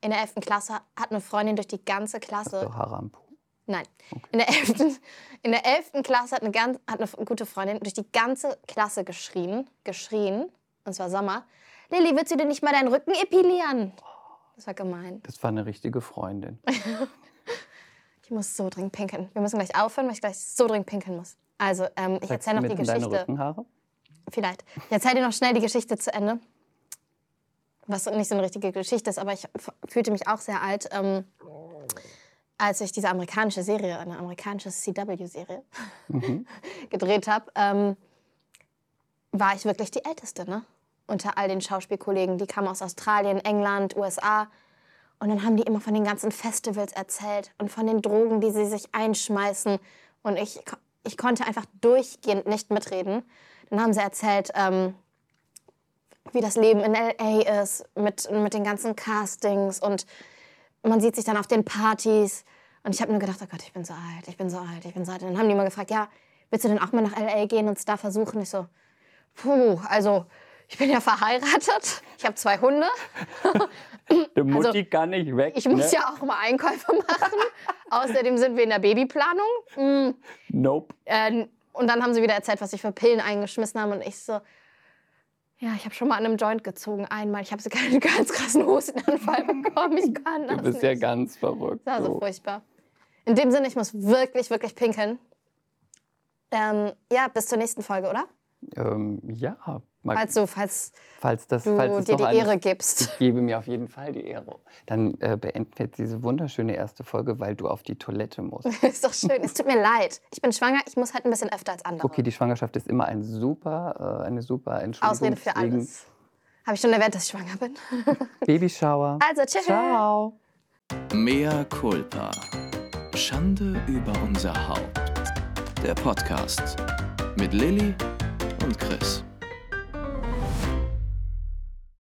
Speaker 3: In der 11. Klasse hat eine Freundin durch die ganze
Speaker 2: Hast du
Speaker 3: Klasse.
Speaker 2: Also Haare am Po?
Speaker 3: Nein. In der 11. In der 11. Klasse hat eine, ganz, hat eine gute Freundin durch die ganze Klasse geschrien. Geschrien. Und zwar Sommer. Lilly, willst du dir nicht mal deinen Rücken epilieren? Das war gemein.
Speaker 2: Das war eine richtige Freundin.
Speaker 3: Ich muss so dringend pinkeln. Wir müssen gleich aufhören, weil ich gleich so dringend pinkeln muss. Also, ähm, ich
Speaker 2: Zeigst
Speaker 3: erzähle
Speaker 2: du
Speaker 3: noch die
Speaker 2: mitten deine
Speaker 3: Geschichte.
Speaker 2: Rückenhaare?
Speaker 3: Vielleicht. Ich erzähle dir noch schnell die Geschichte zu Ende. Was nicht so eine richtige Geschichte ist, aber ich f- fühlte mich auch sehr alt, ähm, als ich diese amerikanische Serie, eine amerikanische CW-Serie,
Speaker 2: Mhm.
Speaker 3: gedreht habe. Ähm, war ich wirklich die Älteste, ne? Unter all den Schauspielkollegen. Die kamen aus Australien, England, USA. Und dann haben die immer von den ganzen Festivals erzählt und von den Drogen, die sie sich einschmeißen. Und ich, ko- ich konnte einfach durchgehend nicht mitreden. Dann haben sie erzählt, ähm, wie das Leben in LA ist, mit, mit den ganzen Castings und man sieht sich dann auf den Partys. Und ich habe nur gedacht, oh Gott, ich bin so alt, ich bin so alt, ich bin so alt. Und dann haben die mal gefragt, ja, willst du denn auch mal nach LA gehen und es da versuchen? Ich so, puh, also ich bin ja verheiratet, ich habe zwei Hunde.
Speaker 2: Die Mutti kann nicht weg.
Speaker 3: Also, Ich muss
Speaker 2: ne?
Speaker 3: ja auch mal Einkäufe machen. Außerdem sind wir in der Babyplanung. Mm,
Speaker 2: Nope.
Speaker 3: äh, und dann haben sie wieder erzählt, was ich für Pillen eingeschmissen habe. Und ich so, ja, ich habe schon mal an einem Joint gezogen. Einmal. Ich habe so keinen ganz krassen Hustenanfall bekommen. Ich kann das
Speaker 2: Du bist
Speaker 3: nicht.
Speaker 2: ja ganz verrückt.
Speaker 3: Das war so
Speaker 2: du.
Speaker 3: furchtbar. In dem Sinne, ich muss wirklich, wirklich pinkeln. Ähm, ja, bis zur nächsten Folge, oder?
Speaker 2: ähm, ja, mal, falls,
Speaker 3: Falls du, falls
Speaker 2: das,
Speaker 3: du
Speaker 2: falls es
Speaker 3: dir
Speaker 2: noch
Speaker 3: die
Speaker 2: eine-
Speaker 3: Ehre gibst.
Speaker 2: Ich gebe mir auf jeden Fall die Ehre. Dann äh, beenden wir jetzt diese wunderschöne erste Folge, weil du auf die Toilette musst.
Speaker 3: ist doch schön. Es tut mir leid. Ich bin schwanger. Ich muss halt ein bisschen öfter als andere.
Speaker 2: Okay, die Schwangerschaft ist immer ein super, äh, eine super Entschuldigung.
Speaker 3: Ausrede für
Speaker 2: wegen
Speaker 3: alles. Habe ich schon erwähnt, dass ich schwanger bin?
Speaker 2: Babyshower.
Speaker 3: Also, tschüss.
Speaker 2: Ciao.
Speaker 1: Mea culpa. Schande über unser Haupt. Der Podcast mit Lilly und Chris.